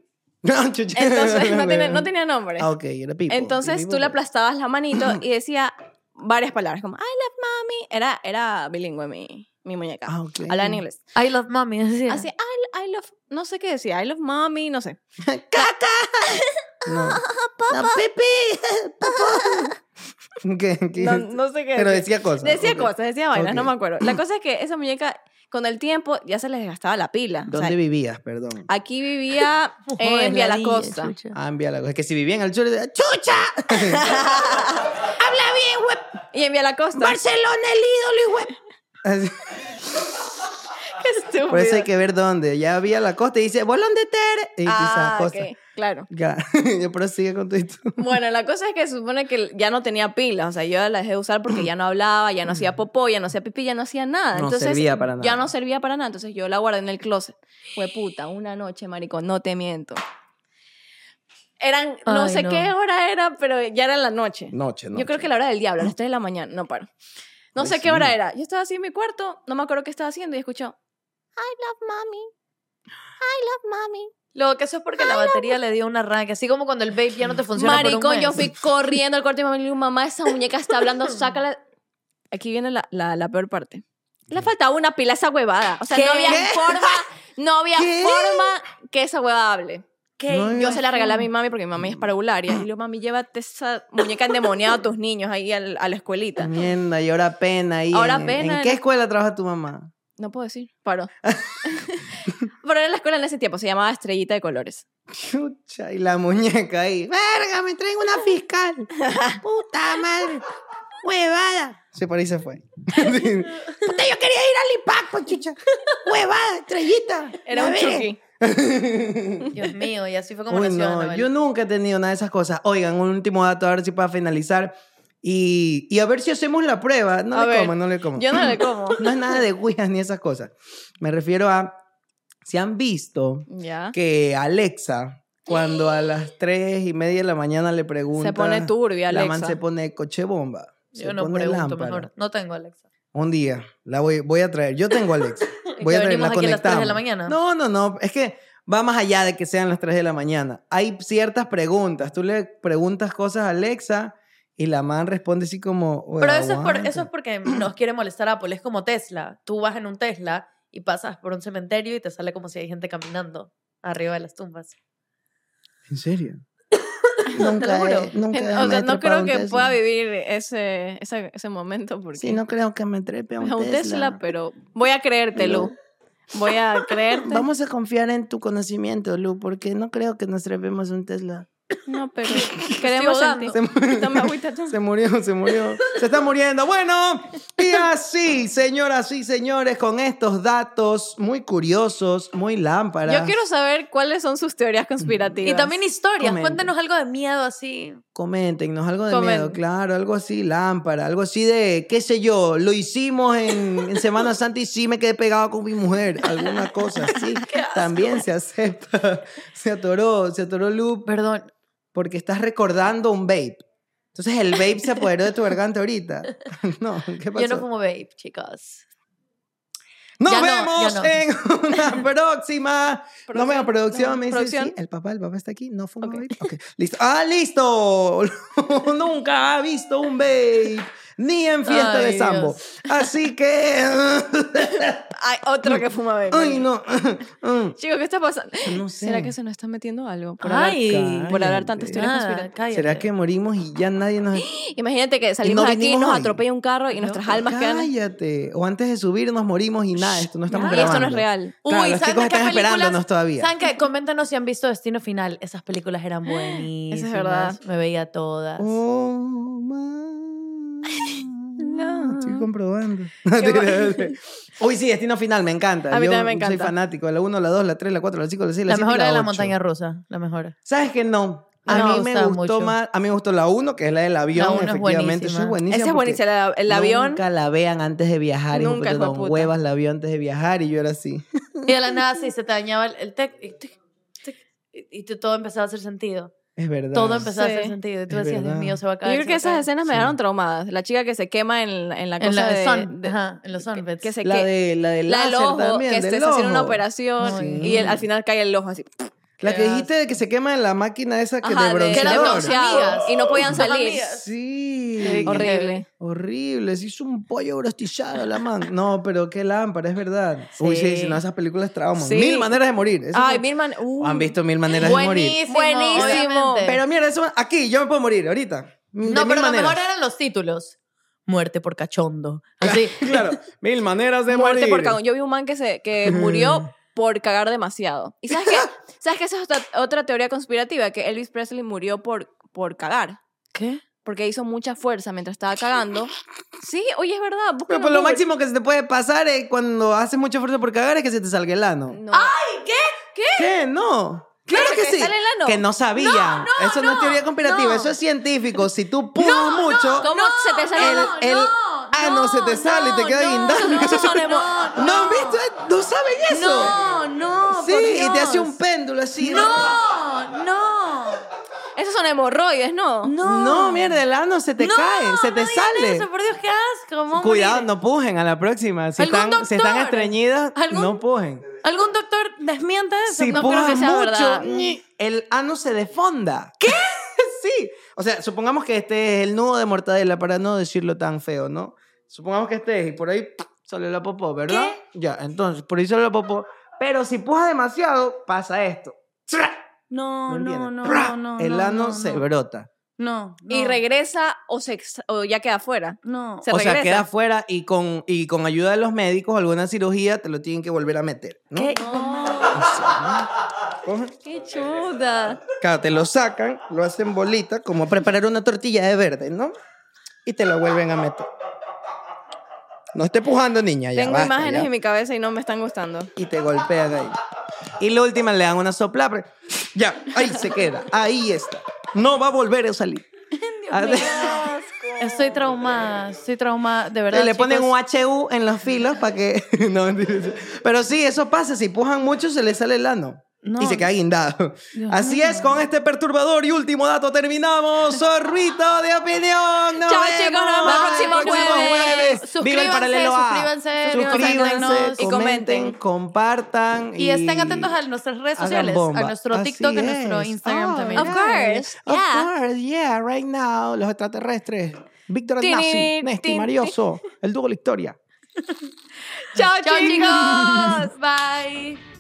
Chucha.
Entonces no, tenía, no tenía nombre.
Ah, ok, era Pipo.
Entonces
Pipo,
tú le
Pipo.
aplastabas la manito y decía varias palabras, como I love mommy. Era, era bilingüe mi, mi muñeca.
Ah, ok.
Hablaba en inglés.
I love mommy. Así.
Así, I, I love, no sé qué decía, I love mommy, no sé.
No. ¡Papá! ¡Pipi! ¿Qué? ¿Qué?
No, no sé qué
Pero
decía.
decía cosas.
Decía
ok.
cosas, decía vainas,
Ok.
no me acuerdo. La cosa es que esa muñeca, con el tiempo, ya se les gastaba la pila. O sea,
¿Dónde vivías? Perdón.
aquí vivía
Joder,
en Vía la
ladilla,
Costa.
chucha.
Ah, envíala. Es que si vivía en el sur, decía, ¡Chucha!
Y en Vía la Costa.
¡Barcelona, el ídolo, y
Qué estúpido.
Por eso hay que ver dónde. Ya había la costa y dice, ¿bolón de Ter? Y
Ah,
dice,
ok, claro.
Ya, yo prosigue con tu historia.
Bueno, la cosa es que se supone que ya no tenía pila, o sea, yo la dejé de usar porque ya no hablaba, ya no hacía popó, ya no hacía pipí, ya no hacía nada.
No
Ah, Entonces,
servía para nada.
Ya no servía para nada, entonces yo la guardé en el closet. Fue puta, una noche, maricón, no te miento. Eran, no
Ay,
sé
no.
qué hora era, pero ya era la noche.
Noche, no.
Yo creo que la hora del diablo, a las 3 de la mañana, no paro. No
Ay,
sé
sí.
qué hora era. Yo estaba así en mi cuarto, no me acuerdo qué estaba haciendo y escucho, I love mommy, I love mommy.
Luego que eso es porque la batería le dio un arranque, así como cuando el vape ya no te funciona por un
Maricón, yo
mes.
fui corriendo al cuarto y mamá le digo, mamá, esa muñeca está hablando, sácala. Aquí viene la, la, la peor parte. Le faltaba una pila a esa huevada. O sea,
¿Qué?
no había
¿Qué?
forma, no había
¿Qué?
forma que esa huevada hable.
¿Qué?
No,
Yo se la regalé a mi mami porque mi mami es parvularia. Y le digo, mami, llévate esa muñeca endemoniada a tus niños ahí al- a la escuelita.
Mierda, y ahora pena. ahí
Ahora
en-
pena,
¿En qué
¿no?
escuela trabaja tu mamá?
No puedo decir, paró. Pero era la escuela en ese tiempo, se llamaba Estrellita de Colores.
Chucha, y la muñeca ahí. ¡Verga, me traen una fiscal! ¡Puta madre! ¡Huevada! Sí, por ahí se fue. Puta, yo quería ir al IPAC, pues, chucha. ¡Huevada, estrellita!
Era
La
un
verga.
chucky.
Dios mío, y así fue como
Uy,
nació
no,
Anabel.
yo nunca he tenido una de esas cosas. Oigan, un último dato, a ver si para finalizar. Y, y a ver si hacemos la prueba. No
A
le
ver,
como, no le como.
Yo no le como.
No es nada de Ouija ni esas cosas. Me refiero a si han visto
Ya.
que Alexa, cuando a las tres y media de la mañana le pregunta.
Se pone turbia,
La man
Alexa.
se pone coche bomba. Se
Yo no
pone
pregunto
lámpara.
mejor. No tengo Alexa.
Un día la voy, voy a traer. Yo tengo Alexa. Voy
¿Que
a traer,
venimos
la
aquí a las tres de la
conectamos.
mañana?
No, no, no. Es que va más allá de que sean las 3 de la mañana. Hay ciertas preguntas. Tú le preguntas cosas a Alexa y la man responde así como. "Oye,
Pero eso es, por-
aguanta".
eso es porque nos quiere molestar a Apple. Es como Tesla. Tú vas en un Tesla y pasas por un cementerio y te sale como si hay gente caminando arriba de las tumbas.
¿En serio?
lo
nunca,
juro.
he- nunca
En-
me
o sea,
he trepado
no
a
creo
un
que
Tesla.
pueda vivir ese, ese, ese momento porque
Sí, no creo que me trepe a un,
es un Tesla.
Tesla.
pero voy a creerte, Lu. Voy a creerte.
Vamos a confiar en tu conocimiento, Lu, porque no creo que nos trepemos a un Tesla.
No, pero queremos
ahogando.
sentir.
Se mu-
Toma agüita, chon.
Se murió, se murió. Se está muriendo. Bueno, y así, señoras y señores, con estos datos muy curiosos, muy lámparas.
Yo quiero saber cuáles son sus teorías conspirativas.
Y también historias.
Comenten.
Cuéntenos algo de miedo así.
Coméntenos algo de
Comen-
miedo, claro, algo así, lámpara, algo así de, qué sé yo, lo hicimos en, en Semana Santa y sí me quedé pegado con mi mujer, alguna cosa así. También se acepta. Se atoró, se atoró Lu
Perdón.
porque estás recordando un vape. Entonces el vape se apoderó de tu garganta ahorita. No, ¿qué pasó?
Yo no fumo vape, chicas.
Nos
Ya no, ya
vemos
no.
en una próxima. No veo producción,
no,
me dice,
producción.
sí, el papá, el papá está aquí, no fuma
Ok.
vape. Ok, listo. ¡Ah, listo! Nunca ha visto un vape, ni en fiesta
Ay,
de sambo. Así que...
Hay otro que fuma bebé.
¡Ay, no! Mm,
Chicos, ¿qué está pasando?
No sé.
¿Será que se nos está metiendo algo? Por
Ay,
hablar, por hablar tantas
cállate.
teorías
Nada,
conspirativas.
cállate.
¿Será que morimos y ya nadie nos...
Imagínate que salimos
no
aquí y
vinimos
nos
hoy.
atropella un carro y nuestras almas quedan.
Cállate. O antes de subir nos morimos y nada, esto no estamos
Y esto
grabando.
no es real.
Uy,
Claro, los
¿saben
chicos
de qué
están
películas?
esperándonos todavía.
¿Saben qué? Coméntanos si han visto Destino Final. Esas películas eran buenísimas.
Eso es verdad.
Me veía todas.
Oh, my-
No.
Estoy comprobando.
Qué
Uy, sí, Destino Final, me encanta.
A mí
Yo
también me
soy
encanta.
fanático. La 1, la 2, la 3, la 4, la 5, la 6, la,
la
7
mejor
y la
era la
8.
montaña rusa. La mejor.
¿Sabes que no? A
No,
mí
me
me
gustaba
gustó
mucho.
más. A mí me gustó la 1, que es la del avión,
1 es
efectivamente. Eso
buenísima.
es buenísimo.
Esa es buenísima. El, el avión.
Nunca la vean antes de viajar. y
Nunca,
puta,
hijo de
don
puta.
huevas la vio antes de viajar y yo era así.
Y de la nada sí se te dañaba el, el tec, y tic, tic, y, y tú- todo empezaba a hacer sentido.
Es verdad.
Todo empezaba
Sí.
a hacer sentido. Y tú
Es
decías,
verdad.
Dios mío, se va a
Yo
caer.
creo
se
que
va a
esas
caer".
escenas me
Sí.
dejaron traumadas. La chica que se quema en, en la cosa
En la de,
de,
Sun,
de-
ajá, en los Sunbeds.
que se
La
que-
de la del
la del
láser
ojo,
también,
que
del
estés haciendo una
ojo.
operación
Sí.
y el- al final cae el ojo así.
La que
Qué
dijiste de que se quema en la máquina esa que
Ajá,
de
de- que era de
bronceador.
bronceado,
Amigas.
y no podían
Son
salir.
amigas.
Sí.
Horrible.
Horrible, se hizo un pollo brostillado la man. No, pero qué lámpara, es verdad. Uy, sí,
Sí.
si no, esas películas trauman.
Sí.
Mil maneras de morir. Eso
Ay,
fue-
Birman. uh.
Han visto mil maneras de morir.
Buenísimo.
Buenísimo.
obviamente.
Pero mira, eso aquí yo me puedo morir ahorita. De
no,
mil
pero lo
maneras.
mejor eran los títulos. Muerte por cachondo. Así.
Claro, mil maneras de
muerte
morir.
por cagón. Yo vi un man que, se, que murió por cagar demasiado. ¿Y sabes qué? ¿Sabes qué? Esa es otra, otra teoría conspirativa, que Elvis Presley murió por, por cagar.
¿Qué?
Porque hizo mucha fuerza mientras estaba cagando. Sí, oye, es verdad. búscalo
Pero
en
pues, lo
Google.
máximo que se te puede pasar es cuando haces mucha fuerza por cagar es que se te salga el ano.
No.
¿Qué? No. Claro
Claro
que
que
sí.
sale el ano.
Que no sabían. eso no, es teoría comparativa,
no.
eso es científico. Si tú pujas mucho,
¿Cómo se te sale
el,
el-
el ano se te sale y te queda guindando.
no,
Eso es una-
no,
¿No han visto? No saben eso.
No, no.
sí,
por
y te hace
Dios.
un péndulo así.
No, no.
Esas son hemorroides, ¿no?
no. No, mierda, el ano se te
No,
cae, se
no
te
digan
sale.
Eso, por Dios, qué asco. vamos a
Cuidado,
morir.
no pujen a la próxima. Si
¿Algún
están, si están
doctor?
estreñidas,
¿Algún-
no pujen.
¿Algún doctor desmienta eso?
Si
no creo
pujas
que sea
mucho,
verdad.
ñi, el ano se defonda. ¿Qué? sí. O sea, supongamos que este es el nudo de mortadela, para no decirlo tan feo, ¿no? Supongamos que este es y por ahí ¡pum! sale la popó, ¿verdad? Ya, entonces, por ahí sale la popó. Pero si pujas demasiado, pasa esto. ¡Tra!
No, no,
entiendes?
no,
¡Pra!
no, no.
El
no,
ano
no,
se
no.
brota.
No, no.
Y regresa o, se, ex- o ya queda afuera.
No.
Se
o sea,
regresa.
queda afuera y con, y con ayuda de los médicos, alguna cirugía, te lo tienen que volver a meter, ¿no?
¿Qué?
Cogen,
¡Qué chuda!
Claro, te lo sacan, lo hacen bolita, como preparar una tortilla de verde, ¿no? Y te la vuelven a meter. No esté pujando, niña. Ya,
Tengo
basta,
imágenes
ya.
en mi cabeza y no me están gustando.
Y te golpean ahí. Y la última le dan una sopla. pero- Ya, ahí se queda. Ahí está. No va a volver a salir. A ver,
Estoy traumada, estoy traumada, de verdad.
le ponen
chicos.
un HU en los filos para que. no, mentira. Pero sí, eso pasa. Si pujan mucho, se le sale el ano.
No.
Y se queda guindado. Así es, con este perturbador y último dato terminamos. Zorrito de opinión. Nos
Chao,
vemos.
chicos, nos vemos el próximo jueves.
Viva el
Suscríbanse,
paralelo A.
suscríbanse,
suscríbanse,
suscríbanos.
y
Y
comenten,
comenten.
compartan.
Y estén atentos a nuestras redes
hagan
sociales,
bomba.
a nuestro
Así
TikTok, a nuestro
es.
Instagram
Oh,
también.
Of
yeah.
course,
Of
yeah.
course, yeah, right now. Los extraterrestres. Víctor
Tin,
Nazi,
tin,
Nesti
tin.
Marioso, el dúo La Historia.
¡Chao,
Chao
chicos!
chicos, bye.